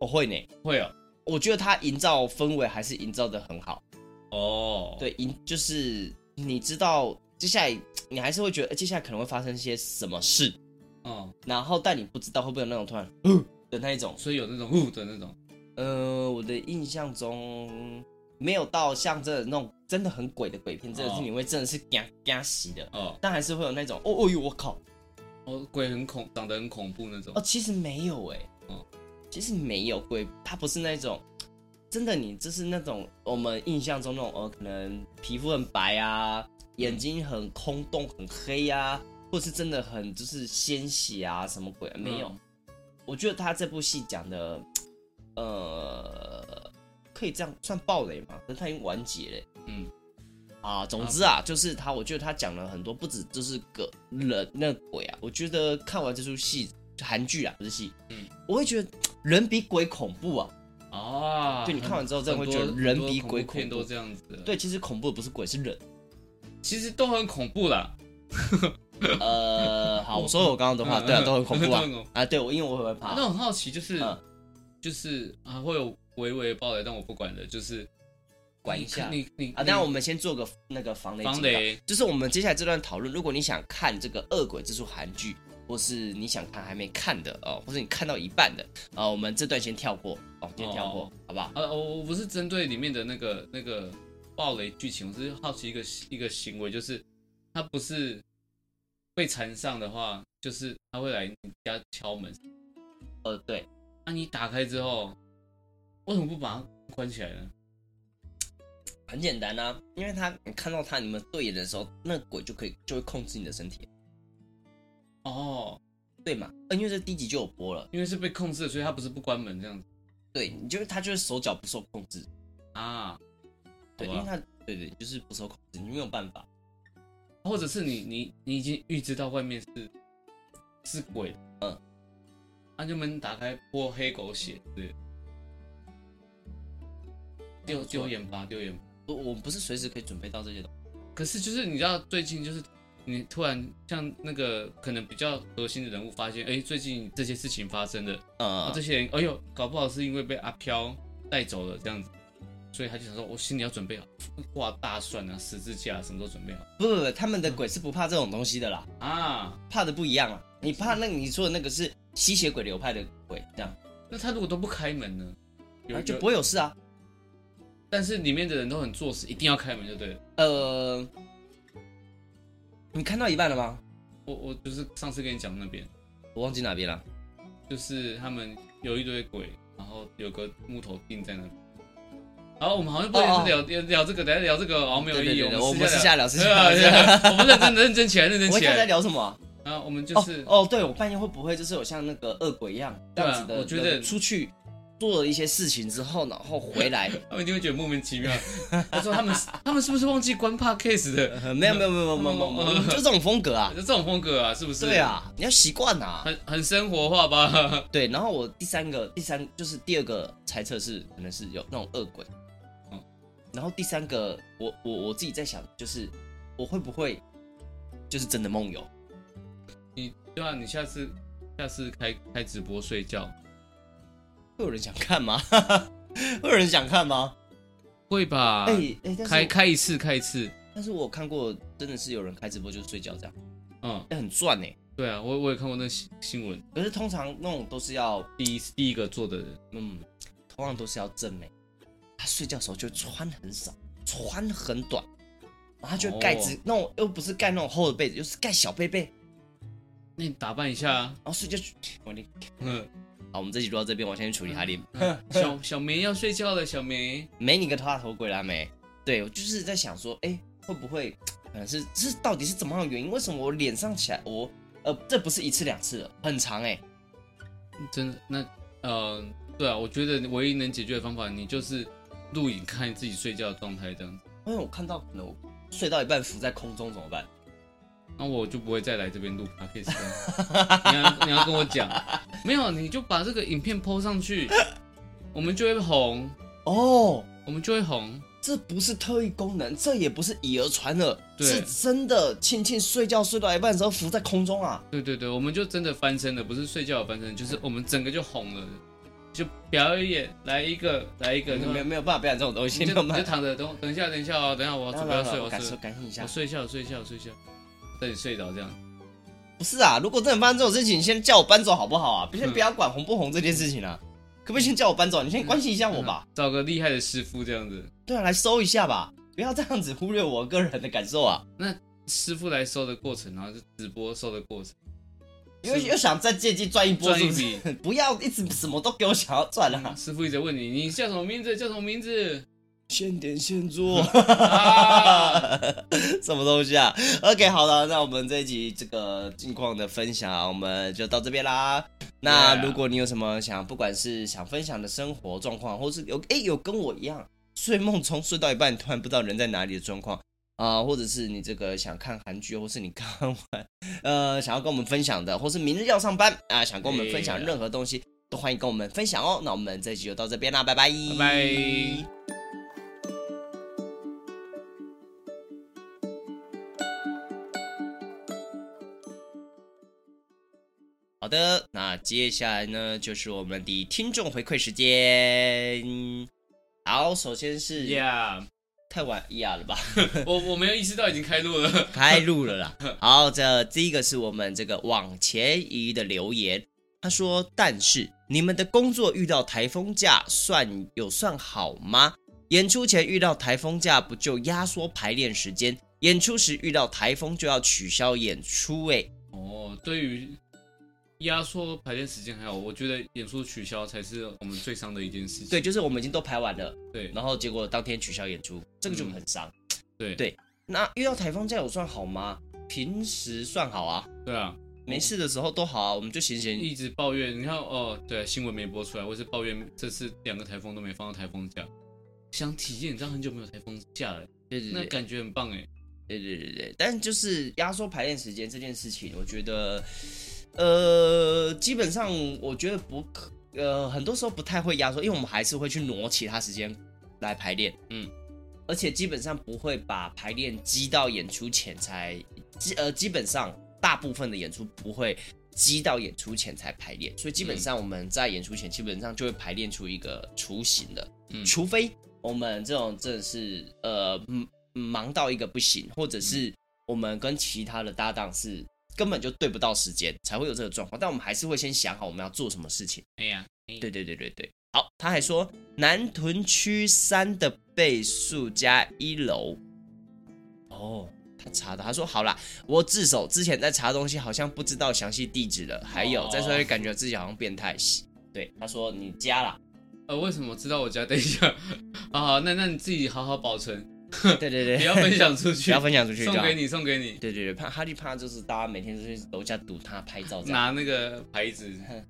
B: 我会呢，
A: 会哦，
B: 我觉得它营造氛围还是营造的很好。
A: 哦，，
B: 对，营就是你知道接下来你还是会觉得呃接下来可能会发生些什么事，
A: 哦，
B: 然后但你不知道会不会有那种突然 嗯的那一种。
A: 所以有那种呜的那种，
B: 呃，我的印象中没有到像这那种真的很鬼的鬼片，真的是
A: 哦
B: 你会真的是嘎嘎洗的，
A: 哦，
B: 但还是会有那种哦哦呦我靠
A: 哦，鬼很恐，长得很恐怖那种
B: 哦，，其实没有哎、
A: 哦
B: 其实没有鬼，它不是那种真的你就是那种我们印象中那种呃，可能皮肤很白啊，眼睛很空洞很黑啊，或是真的很就是鲜血啊什么鬼、啊、没有。
A: 嗯
B: 我觉得他这部戏讲的，呃，可以这样算暴雷吗？可是他已经完结了、
A: 嗯，
B: 啊，总之啊，就是他，我觉得他讲了很多，不止就是个人那个鬼啊。我觉得看完这出戏，韩剧啊，不是戏，
A: 嗯
B: 我会觉得人比鬼恐怖啊。
A: 啊，
B: 对你看完之后真的
A: 很
B: 会觉得
A: 很多
B: 人
A: 很多
B: 比
A: 恐
B: 鬼
A: 怖片
B: 恐怖
A: 都这样子，，
B: 对，其实恐怖的不是鬼，是人。
A: 其实都很恐怖啦，
B: 呃，好，我说我刚刚的话，
A: 嗯
B: 对啊，都很恐怖啊
A: 都很恐。
B: 啊，对，我因为我很怕
A: 那。我很好奇，就是、
B: 嗯
A: 就是啊，会有微微的暴雷，但我不管的，就是
B: 管一下
A: 你你你
B: 啊，那我们先做个那个防雷警告
A: 防雷
B: 就是我们接下来这段讨论，如果你想看这个《恶鬼》这出韩剧，或是你想看还没看的哦，或是你看到一半的哦，我们这段先跳过哦，先跳过，
A: 哦
B: 好不好？
A: 呃，我我不是针对里面的那个那个暴雷剧情，我是好奇一个一个行为，就是他不是被缠上的话，就是他会来你家敲门，
B: 呃，对，
A: 那、你打开之后，为什么不把它关起来呢？
B: 很简单啊，因为他你看到他你们对眼的时候，那个鬼就可以就会控制你的身体，
A: 哦，
B: 对嘛？呃因为这第一集就有播了，
A: 因为是被控制的，所以他不是不关门这样子
B: 对，你就是他就是手脚不受控制，
A: 啊，
B: 对，
A: 好
B: 因
A: 吧
B: 为他对对就是不受控制，你没有办法，
A: 或者是你你你已经预知到外面是是鬼，
B: 嗯，
A: 那、就门打开泼黑狗血，对，丢丢盐巴丢盐巴。
B: 我我们不是随时可以准备到这些东西，
A: 可是就是你知道最近就是你突然像那个可能比较核心的人物发现，哎、最近这些事情发生了，啊、
B: 呃
A: 这，些人哎呦，搞不好是因为被阿飘带走了这样子，所以他就想说，我心里要准备好挂大蒜啊、十字架、啊、什么都准备好
B: 不不不，他们的鬼是不怕这种东西的啦。
A: 啊。
B: 怕的不一样啊。你怕那你说的那个是吸血鬼流派的鬼，这样
A: 那他如果都不开门呢？有
B: 啊就
A: 有
B: 不会有事啊。
A: 但是里面的人都很作死，一定要开门就对了。
B: 呃，你看到一半了吗？
A: 我我就是上次跟你讲那边，
B: 我忘记哪边了。
A: 就是他们有一堆鬼，然后有个木头钉在那里。然后我们好像不
B: 哦
A: 也
B: 哦
A: 是聊聊聊这个，等下聊这个哦，没有
B: 对对
A: 意义。
B: 对对
A: 我
B: 我们私下聊私
A: 对
B: 下
A: 啊，
B: 聊
A: 对啊 我们认真认真起来，认真
B: 我
A: 起
B: 刚才在
A: 来。
B: 聊什么啊、
A: 啊，我们就是
B: 哦哦，对我半夜会不会就是有像那个恶鬼一样这
A: 对啊
B: 样子的？
A: 我觉得
B: 人出去做了一些事情之后，然后回来，
A: 他们一定会觉得莫名其妙。 他说他们他们是不是忘记关 podcast 的？
B: 呃没有没有没有没有没有，没有就这种风格啊。
A: 就这种风格啊，是不是？
B: 对，啊，你要习惯啊。
A: 很很生活化吧？
B: 对，然后我第三个，第三就是第二个猜测是可能是有那种恶鬼，
A: 嗯
B: 然后第三个我我我自己在想，就是我会不会就是真的梦游？
A: 对啊，你下次下次开开直播睡觉
B: 会有人想看吗？ 会有人想看吗？
A: 会吧？
B: 哎、哎、但是
A: 啊开
B: 我
A: 开一次，开一次。
B: 但是我看过，真的是有人开直播就睡觉这样，
A: 嗯，
B: 哎、很赚哎、
A: 对啊，我我也看过那新新闻，
B: 可是通常那种都是要，
A: 第一第一个做的人，
B: 嗯，通常都是要正美。他睡觉的时候就穿很少，穿很短，然后他就会盖只、
A: 哦
B: 那种又不是盖那种厚的被子，就是盖小被被，
A: 那你打扮一下 啊。
B: 然后睡觉就。我的
A: 嗯，
B: 好，我们这集录到这边，我先去处理哈利。
A: 小小梅要睡觉了，小梅。
B: 没你个大头鬼啦没？对我就是在想说，哎、会不会可能是这到底是怎么样的原因？为什么我脸上起来我呃这不是一次两次了，很长哎、
A: 真的，那呃，对啊，我觉得唯一能解决的方法，你就是录影看自己睡觉的状态这样子，
B: 因为我看到可能我睡到一半浮在空中怎么办？
A: 那我就不会再来这边录 podcast 了。你要你要跟我讲，没有，你就把这个影片 PO 上去，我们就会红，
B: 哦，
A: 我们就会红。
B: 这不是特异功能，这也不是以讹传讹，
A: 对
B: 是真的。庆庆睡觉睡到一半的时候浮在空中啊，
A: 对对对，我们就真的翻身了，不是睡觉的翻身，就是我们整个就红了，就表演来一个来一个，
B: 嗯没
A: 然后
B: 有没有办法表演这种东西，
A: 你就
B: 没有
A: 你就
B: 办法。
A: 躺着，等我等一下等一下哦，等一下我要准备要睡，我
B: 我
A: 要
B: 感受
A: 睡，
B: 感应一下
A: 我，睡一下我睡一下我睡一下，等你睡着这样。
B: 不是啊，如果真的发生这种事情，你先叫我搬走好不好啊？先不要管红不红这件事情啊，可不可以先叫我搬走？你先关心一下
A: 嗯
B: 我吧。
A: 找个厉害的师傅这样子，
B: 对啊，来收一下吧，不要这样子忽略我个人的感受啊。
A: 师傅来收的过程，然后是直播收的过程，
B: 因为又想再借机赚一波，
A: 赚
B: 是
A: 一
B: 不是？
A: 笔。
B: 不要一直什么都给我想要赚 啊！
A: 师傅一直问你，你叫什么名字？叫什么名字？
B: 现点现做，
A: 啊，
B: 什么东西啊？OK，好了，那我们这一集这个近况的分享啊，我们就到这边啦。那
A: Yeah
B: 如果你有什么想，不管是想分享的生活状况，或是有诶有跟我一样睡梦中睡到一半突然不知道人在哪里的状况啊、或者是你这个想看韩剧，或是你看完 呃想要跟我们分享的，或是明日要上班啊、想跟我们分享
A: Yeah
B: 任何东西，都欢迎跟我们分享哦。那我们这一集就到这边啦，拜拜，
A: 拜拜。
B: 好的，那接下来呢，就是我们的听众回馈时间。好，首先是
A: Yeah，
B: 太晚哎呀了吧，
A: 我我没有意识到已经开录了。
B: 开录了啦。好，这第一个是我们这个往前移的留言，他说：“但是你们的工作遇到台风假算有算好吗？演出前遇到台风假不就压缩排练时间？演出时遇到台风就要取消演出、欸，
A: 哦，对于压缩排练时间，还有我觉得演出取消才是我们最伤的一件事情。
B: 对，就是我们已经都排完了，
A: 对
B: 然后结果当天取消演出，这个就很伤。
A: 对
B: 对那遇到台风假有算好吗？平时算好啊，
A: 对啊，
B: 没事的时候都好啊，我们就闲闲
A: 一直抱怨，你看哦，对，新闻没播出来，我是抱怨这次两个台风都没放到台风假，想体验，你知道很久没有台风假了，
B: 对对
A: 那
B: 对
A: 感觉很棒哎。
B: 对对对对，但就是压缩排练时间这件事情，我觉得，呃，基本上我觉得不可，呃，很多时候不太会压缩，因为我们还是会去挪其他时间来排练，
A: 嗯，
B: 而且基本上不会把排练积到演出前才，基呃，基本上大部分的演出不会积到演出前才排练，所以基本上我们在演出前基本上就会排练出一个雏形的，
A: 嗯
B: 除非我们这种真的是呃嗯忙到一个不行，或者是我们跟其他的搭档是根本就对不到时间，才会有这个状况。但我们还是会先想好我们要做什么事情。
A: 哎呀，哎
B: 对对对对对。好，他还说南屯区三的倍数加一楼。哦，他查的，他说好啦，我自首之前在查东西，好像不知道详细地址了，还有
A: 哦
B: 在这会感觉自己好像变态。对，他说你加啦，
A: 呃，为什么知道我家？等一下， 好好，那那你自己好好保存，
B: 对对对，
A: 不要分享出去，
B: 不要分享出去，
A: 送
B: 就好
A: 给你，送给你，
B: 对对对，怕哈利怕就是大家每天都去楼下堵他拍照这样。
A: 拿那个牌子。
B: 嗯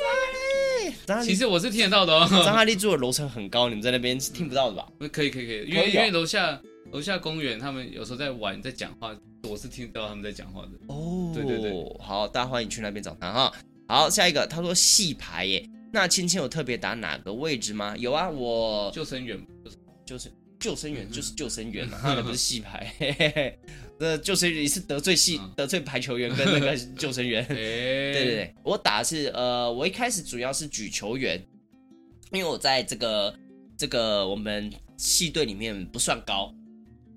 B: 张哈
A: 其
B: 利，
A: 实我是听得到的
B: 张
A: 哦，
B: 哈利住的楼层很高，你们在那边是听不到的吧？
A: 可以可以可以，因
B: 可
A: 为
B: 以
A: 因
B: 哦
A: 为楼下楼下公园他们有时候在玩在讲话，我是听得到他们在讲话的。
B: 哦
A: 嗯对对对，
B: 好，大家欢迎去那边找他哈。好，下一个，他说戏牌耶，那芊芊有特别打哪个位置吗？有啊，我
A: 救生员，就是
B: 就是救生员
A: 嗯
B: 就是救生员嘛，他们不是戏牌， 嘿嘿嘿，那救生员也是得罪戏
A: 嗯
B: 得罪排球员跟那个救生员。
A: 哎，
B: 对对对，我打的是呃，我一开始主要是举球员，因为我在这个这个我们系队里面不算高，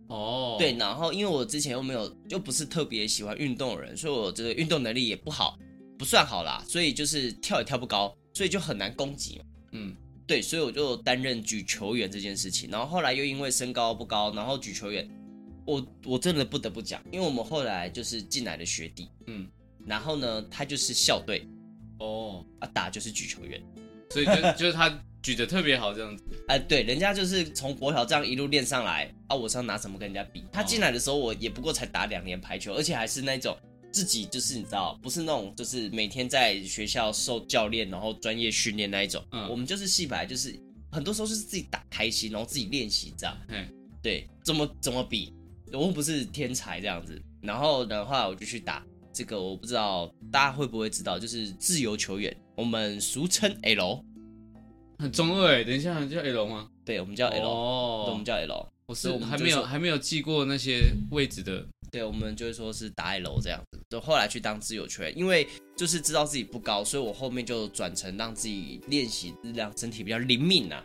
A: 哦，
B: 对，，然后因为我之前又没有，又不是特别喜欢运动的人，所以我这个运动能力也不好，不算好啦，所以就是跳也跳不高，所以就很难攻击嘛。
A: 嗯，
B: 对，所以我就担任举球员这件事情，然后后来又因为身高不高，然后举球员，我我真的不得不讲，因为我们后来就是进来的学弟，
A: 嗯，
B: 然后呢，他就是校队
A: 哦，
B: 啊，打就是举球员，
A: 所以就 就是他举的特别好这样子，
B: 哎、对，人家就是从国小这样一路练上来啊，我是要拿什么跟人家比？
A: 哦
B: 他进来的时候，我也不过才打两年排球，而且还是那种自己就是你知道，不是那种就是每天在学校受教练然后专业训练那一种，
A: 嗯
B: 我们就是戏白，就是很多时候就是自己打开心，然后自己练习这样
A: 嘿。
B: 对，怎么怎么比，我又不是天才这样子。然后的话，我就去打这个，我不知道大家会不会知道，就是自由球员，我们俗称 L，
A: 很中二哎。等一下，叫 L 吗？
B: 对，我们叫 L，、对我
A: 哦
B: 们，叫 L。
A: 我
B: 所以
A: 是
B: 我们
A: 还
B: 就
A: 没有
B: 说
A: 还没有记过那些位置的，
B: 对，我们就会说是打 L 这样子。就后来去当自由球员，因为就是知道自己不高，所以我后面就转成让自己练习，让身体比较灵敏啊。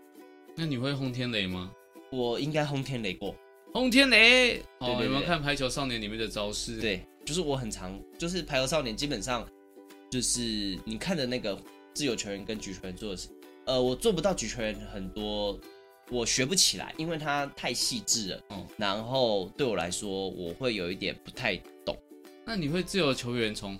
A: 那你会轰天雷吗？
B: 我应该轰天雷过，
A: 轰天雷，
B: 对
A: 哦，
B: 对
A: 有没有
B: 对
A: 看《排球少年》里面的招式？，
B: 对，就是我很常，就是排球少年基本上就是你看的那个自由球员跟举球员做的事，呃，我做不到举球员很多，我学不起来，因为它太细致了。
A: 哦
B: 然后对我来说，我会有一点不太懂。
A: 那你会自由球员从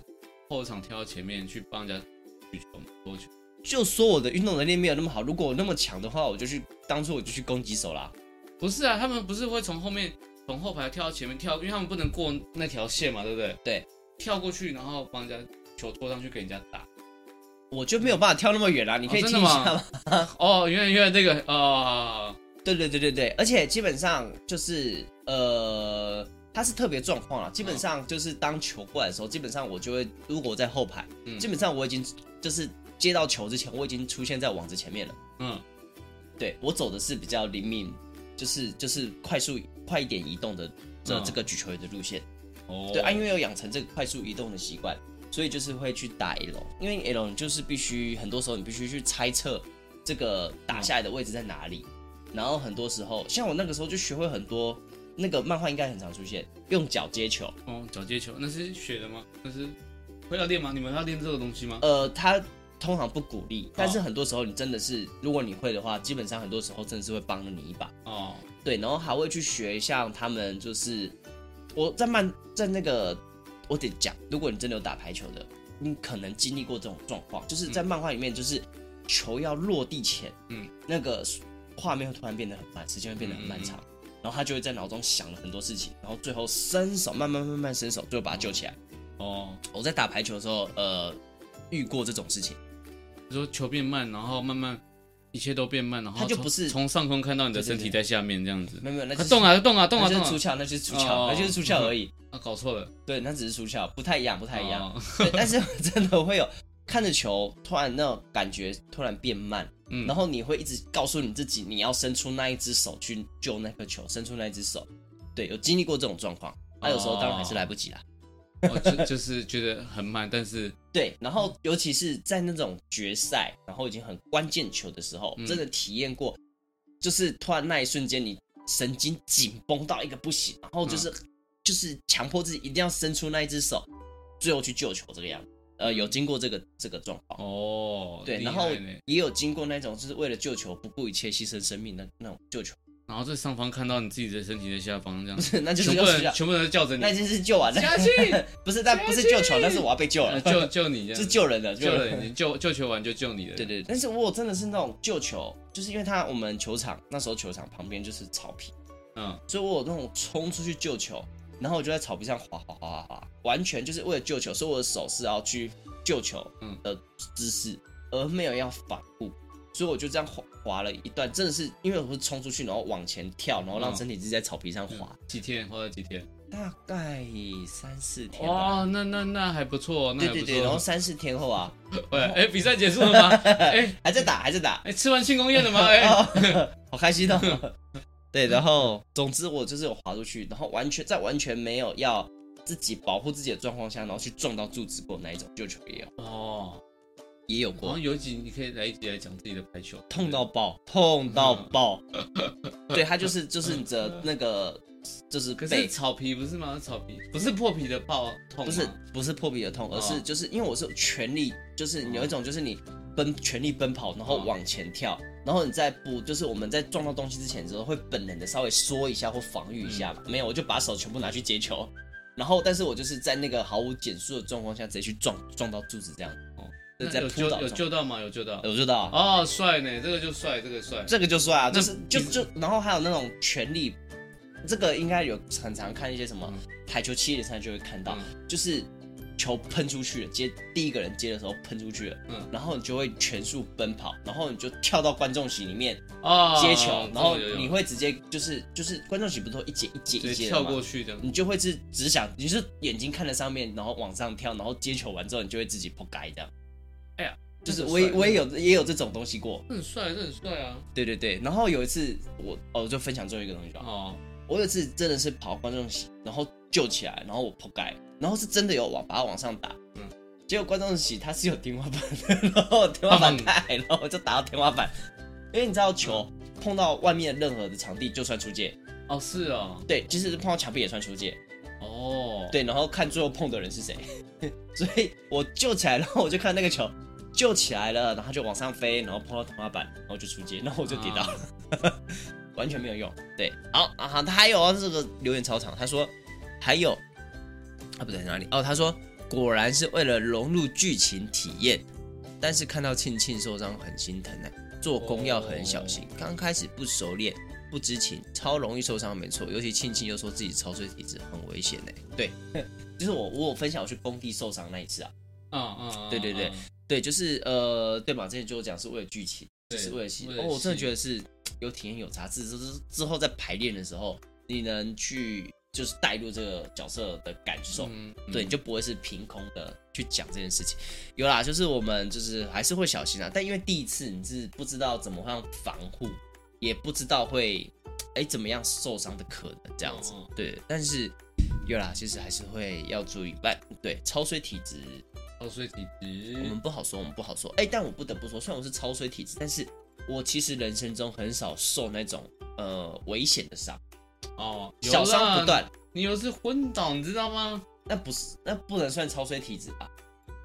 A: 后场跳到前面去帮人家举球吗？多球？
B: 就说我的运动能力没有那么好，如果我那么强的话，我就去当初我就去攻击手啦。
A: 不是啊，他们不是会从后面从后排跳到前面跳，因为他们不能过那条线嘛，对不对？
B: 对，
A: 跳过去，然后帮人家球拖上去给人家打。
B: 我就没有办法跳那么远啦，你可以
A: 哦
B: 听
A: 真的
B: 一
A: 吗
B: 下吗？
A: 哦，原来原来这个哦，
B: 对对对对对，而且基本上就是呃，它是特别状况啦，基本上就是当球过来的时候，基本上我就会，如果我在后排，
A: 嗯
B: 基本上我已经就是接到球之前，我已经出现在网子前面了。
A: 嗯，
B: 对我走的是比较灵敏，就是就是快速快一点移动的这
A: 嗯
B: 这个举球员的路线。
A: 哦，
B: 对啊，因为有养成这个快速移动的习惯，所以就是会去打 L，因为 L 你就是必须很多时候你必须去猜测这个打下来的位置在哪里，然后很多时候像我那个时候就学会很多那个漫画应该很常出现，用脚接球，
A: 哦，脚接球那是学的吗？那是会要练吗？你们要练这个东西吗？
B: 呃，他通常不鼓励，但是很多时候你真的是如果你会的话，基本上很多时候真的是会帮了你一把。
A: 哦，
B: 对，然后还会去学像他们就是我在慢在那个我得讲，如果你真的有打排球的，你可能经历过这种状况，就是在漫画里面就是球要落地前，
A: 嗯，
B: 那个画面会突然变得很慢，时间会变得很漫长。然后他就会在脑中想了很多事情，然后最后伸手，慢慢慢慢伸手，最后把他救起来。
A: 哦，
B: 我在打排球的时候，呃，遇过这种事情，
A: 你说球变慢，然后慢慢一切都变慢，然后
B: 它就
A: 从
B: 不是
A: 从上空看到你的身体
B: 对对
A: 在下面这样子。
B: 没有没有，那
A: 啊
B: 就是
A: 动啊动啊动啊
B: 那就
A: 动
B: 是出
A: 啊！
B: 窍，那就是出
A: 哦
B: 窍，那就是出窍而已。
A: 啊，搞错了，
B: 对，那只是出窍，不太一样，不太一样。
A: 哦。
B: 对，但是真的会有看着球，突然那种感觉突然变慢，
A: 嗯
B: 然后你会一直告诉你自己，你要伸出那一只手去救那颗球，伸出那一只手。对，有经历过这种状况，那、有时候当然还是来不及
A: 哦
B: 啦。
A: 我就 就是觉得很慢，但是
B: 对，然后尤其是在那种决赛，然后已经很关键球的时候，
A: 嗯
B: 真的体验过，就是突然那一瞬间，你神经紧绷到一个不行，然后
A: 嗯
B: 就是、就是强迫自己一定要伸出那一只手，最后去救球这个样子。呃，有经过这个这个状况。
A: 哦，
B: 对，
A: 厉
B: 然
A: 害
B: 后
A: 呢
B: 也有经过那种就是为了救球不顾一切牺牲生命的那种救球，
A: 然后在上方看到你自己的身体在下方这样，
B: 那就是
A: 全
B: 要
A: 部
B: 死
A: 人
B: 掉，
A: 全部人都叫着你
B: 那已经是救完了，
A: 下 去，
B: 不是但不是救球，但是我要被救了
A: 呃，啊 救救你这样，
B: 是救人的，
A: 救
B: 人的。
A: 了你，救救球完就救你了，
B: 对对，对但是我真的是那种救球，就是因为他我们球场那时候球场旁边就是草皮，
A: 嗯，
B: 所以我有那种冲出去救球，然后我就在草皮上滑滑滑滑滑，完全就是为了救球，所以我的手是要去救球
A: 嗯
B: 的姿势，而没有要反顾，所以我就这样滑滑了一段，真的是因为我是冲出去，然后往前跳，然后让
A: 嗯
B: 身体自己在草皮上滑，
A: 几天或者几天，
B: 大概三四天吧。
A: 哇，那那那还不错，那
B: 对
A: 还
B: 对
A: 不
B: 对，然 后
A: 错，
B: 三四天后啊，
A: 喂，哎，比赛结束了 吗？哎
B: 还在打，还在打，
A: 哎，吃完庆功宴了吗？哎，
B: 哦，好开心哦！对，然后总之我就是有滑出去，然后完全在完全没有要自己保护自己的状况下，然后去撞到柱子过那一种，就球也有
A: 哦，
B: 也有
A: 好
B: 过
A: 像，有一集你可以来一集来讲自己的排球，
B: 痛到爆，痛到爆。对他就是就是你的那个就是
A: 可
B: 被
A: 是草皮不是吗？草皮不是破皮的爆痛吗，哦
B: 不是不是破皮而痛，而是就是因为我是全力，就是有一种就是你奔全力奔跑，然后
A: 哦
B: 往前跳，然后你再不就是我们在撞到东西之前之后，会本能的稍微缩一下或防御一下嘛。
A: 嗯
B: 没有，我就把手全部拿去接球，然后但是我就是在那个毫无减速的状况下直接去撞撞到柱子这样，哦，就
A: 那
B: 在
A: 有
B: 扑
A: 救
B: 倒
A: 有
B: 上。
A: 救到吗？有救到。
B: 我知道，
A: 哦，帅呢，这个就帅，这个帅。
B: 这个就算啊，就是
A: 那
B: 就
A: 你
B: 就，然后还有那种权力，这个应该有很常看一些什
A: 嗯
B: 么台球七点三就会看到，就是球喷出去了，接第一个人接的时候喷出去了，
A: 嗯
B: 然后你就会全速奔跑，然后你就跳到观众席里面
A: 哦，
B: 接球，然后
A: 这个有有
B: 你会直接就是就是观众席不是都一节一节一
A: 直接
B: 节的
A: 跳
B: 吗
A: 过去这样。
B: 你就会是只想，你是眼睛看着上面，然后往上跳，然后接球完之后，你就会自己扑街这样。
A: 哎呀，
B: 就是
A: 那个
B: 我也
A: 帅
B: 我也有也有这种东西过，
A: 这很帅，这很帅啊！
B: 对对对，然后有一次我哦，我就分享最后一个东西吧。
A: 哦，
B: 我有一次真的是跑观众席，然后救起来，然后我扑街，然后是真的有往把它往上打，嗯
A: 嗯，
B: 结果观众席它是有天花板的，然后天花板
A: 嗯
B: 太矮，然后我就打到天花板，因为你知道球碰到外面任何的场地就算出界，
A: 哦是哦，
B: 对，即使是碰到墙壁也算出界，
A: 哦，，
B: 对，然后看最后碰的人是谁， 所以我救起来，然后我就看那个球救起来了，然后就往上飞，然后碰到天花板，然后就出界，然后我就跌倒了， 完全没有用。对，好啊，好，他还有啊这个留言操场，他说还有啊，不对，哪里？哦，他说果然是为了融入剧情体验，但是看到庆庆受伤很心疼呢、做工要很小心，刚开始不熟练。不知情，超容易受伤，没错。尤其庆庆又说自己潮水体质很危险呢、欸对， 就是我我有分享我去工地受伤那一次啊，
A: 嗯嗯嗯，
B: 对对对
A: 嗯，
B: 对，就是呃，对嘛，之前就有讲是为了剧情，就
A: 对
B: 是为了戏。
A: 为
B: 哦，
A: 了
B: 我真的
A: 戏
B: 觉得是有体验有杂志，就是之后在排练的时候，你能去就是带入这个角色的感受，
A: 嗯，嗯
B: 对，你就不会是凭空的去讲这件事情。有啦，就是我们就是还是会小心啊，但因为第一次你是不知道怎么样防护，也不知道会哎怎么样受伤的可能这样子
A: 嗯，
B: 对。但是有啦，其实还是会要注意，但对超水体质
A: 哦，所以体
B: 我们
A: 质，
B: 不好说，我们不好说。哎、但我不得不说，虽然我是超水体质，但是我其实人生中很少受那种呃危险的伤，
A: 哦，有
B: 小伤不
A: 啦
B: 断。
A: 你有一次昏倒，你知道吗？
B: 那不是，那不能算超水体质吧？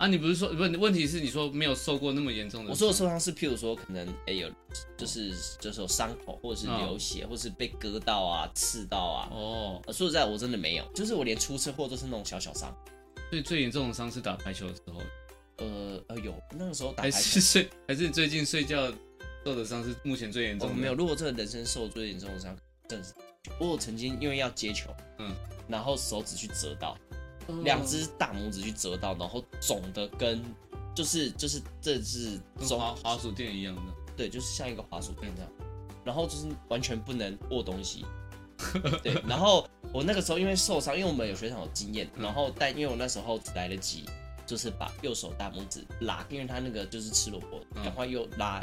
A: 啊，你不是说问问题是你说没有受过那么严重的？
B: 我说的受伤是，譬如说可能哎、有，就是就是有伤口，或者是流血，或是被割到啊、刺到啊。
A: 嗯哦，
B: 呃说实在，我真的没有，就是我连出车祸都是那种小小伤。
A: 最最严重的伤是打排球的时候，
B: 呃呃，有那个时候打
A: 还
B: 排
A: 是
B: 球，
A: 睡 还是最近睡觉受的伤是目前最严
B: 我、
A: 重的？
B: 哦没有。，如果这个人生受最严重的伤，真的是我有曾经因为要接球，
A: 嗯，哦
B: 然后手指去折到，两只大拇指去折到，然后肿的跟就是就是这是
A: 跟
B: 肿，
A: 滑滑鼠垫一样的。
B: 对，就是像一个滑鼠片这样，然后就是完全不能握东 西。对，然后我那个时候因为受伤，因为我们有学长有经验，然后但因为我那时候只来得及，就是把右手大拇指拉，因为他那个就是吃萝卜，
A: 嗯
B: 赶快又拉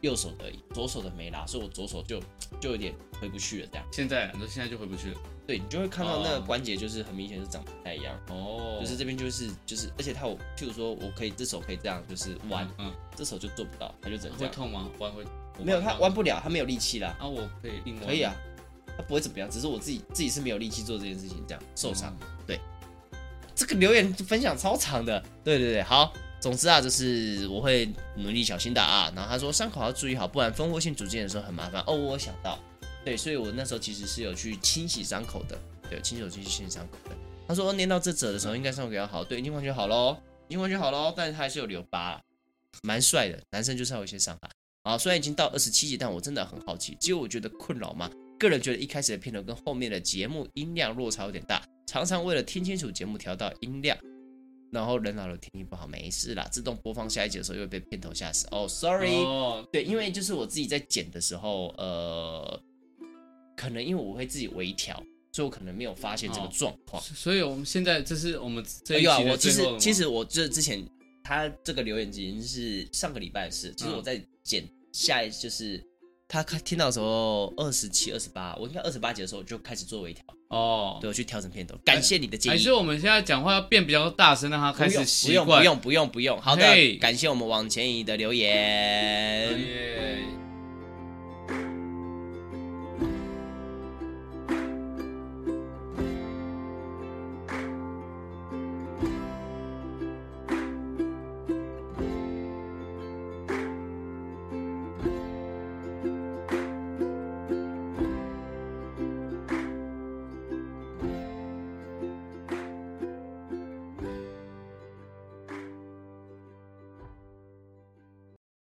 B: 右手的，左手的没拉，所以我左手就就有点回不去了这样。
A: 现在你说现在就回不去了。
B: 对你就会看到那个
A: 哦
B: 关节就是很明显是长不太一样。
A: 哦，
B: 就是这边就是就是，而且他有，譬如说我可以这手可以这样，就是弯，
A: 嗯，
B: 这手就做不到，他就只能这
A: 会
B: 样。
A: 痛吗？弯会？
B: 没有，
A: 我
B: 他
A: 吗
B: 弯不了，他没有力气啦。
A: 啊，我可以硬弯。
B: 可以啊，，他不会怎么样，只是我自己自己是没有力气做这件事情，这样受伤。
A: 嗯
B: 这个留言分享超长的，对对对，好。总之啊，就是我会努力小心的啊。然后他说伤口要注意好，不然蜂窝性组织炎的时候很麻烦。哦，我有想到，对，所以我那时候其实是有去清洗伤口的，对，清洗我去清洗伤口的。他说念到这则的时候，应该伤口要好，对，已经完全好喽，已经完全好喽，但是他还是有留疤啦，蛮帅的，男生就是要有一些伤疤。啊，虽然已经到二十七集，但我真的很好奇，只有我觉得困扰吗？个人觉得一开始的片头跟后面的节目音量落差有点大，常常为了听清楚节目调到音量，然后人老了听力不好，没事啦，自动播放下一集的时候又会被片头吓死。哦，sorry，、
A: 哦，
B: 对，因为就是我自己在剪的时候，呃，可能因为我会自己微调，所以我可能没有发现这个
A: 哦
B: 状况。呃
A: 所以我们现在这是我们这一
B: 有啊，
A: 期
B: 我
A: 的
B: 其
A: 最
B: 实
A: 后了吗
B: 其实我这之前他这个留言已经是上个礼拜的事，其实
A: 嗯
B: 我在剪下一就是他看听到的时候二十七、二十八，我应该二十八集的时候我就开始做微调，
A: 哦，
B: 对我去调整片头。感谢你的建
A: 还
B: 议
A: 是。我们现在讲话要变比较大声，让他开始
B: 不
A: 习
B: 用不
A: 惯。
B: 用不用不用不用，好的
A: 嘿，
B: 感谢我们王千怡的留
A: 哎
B: 言。
A: 呀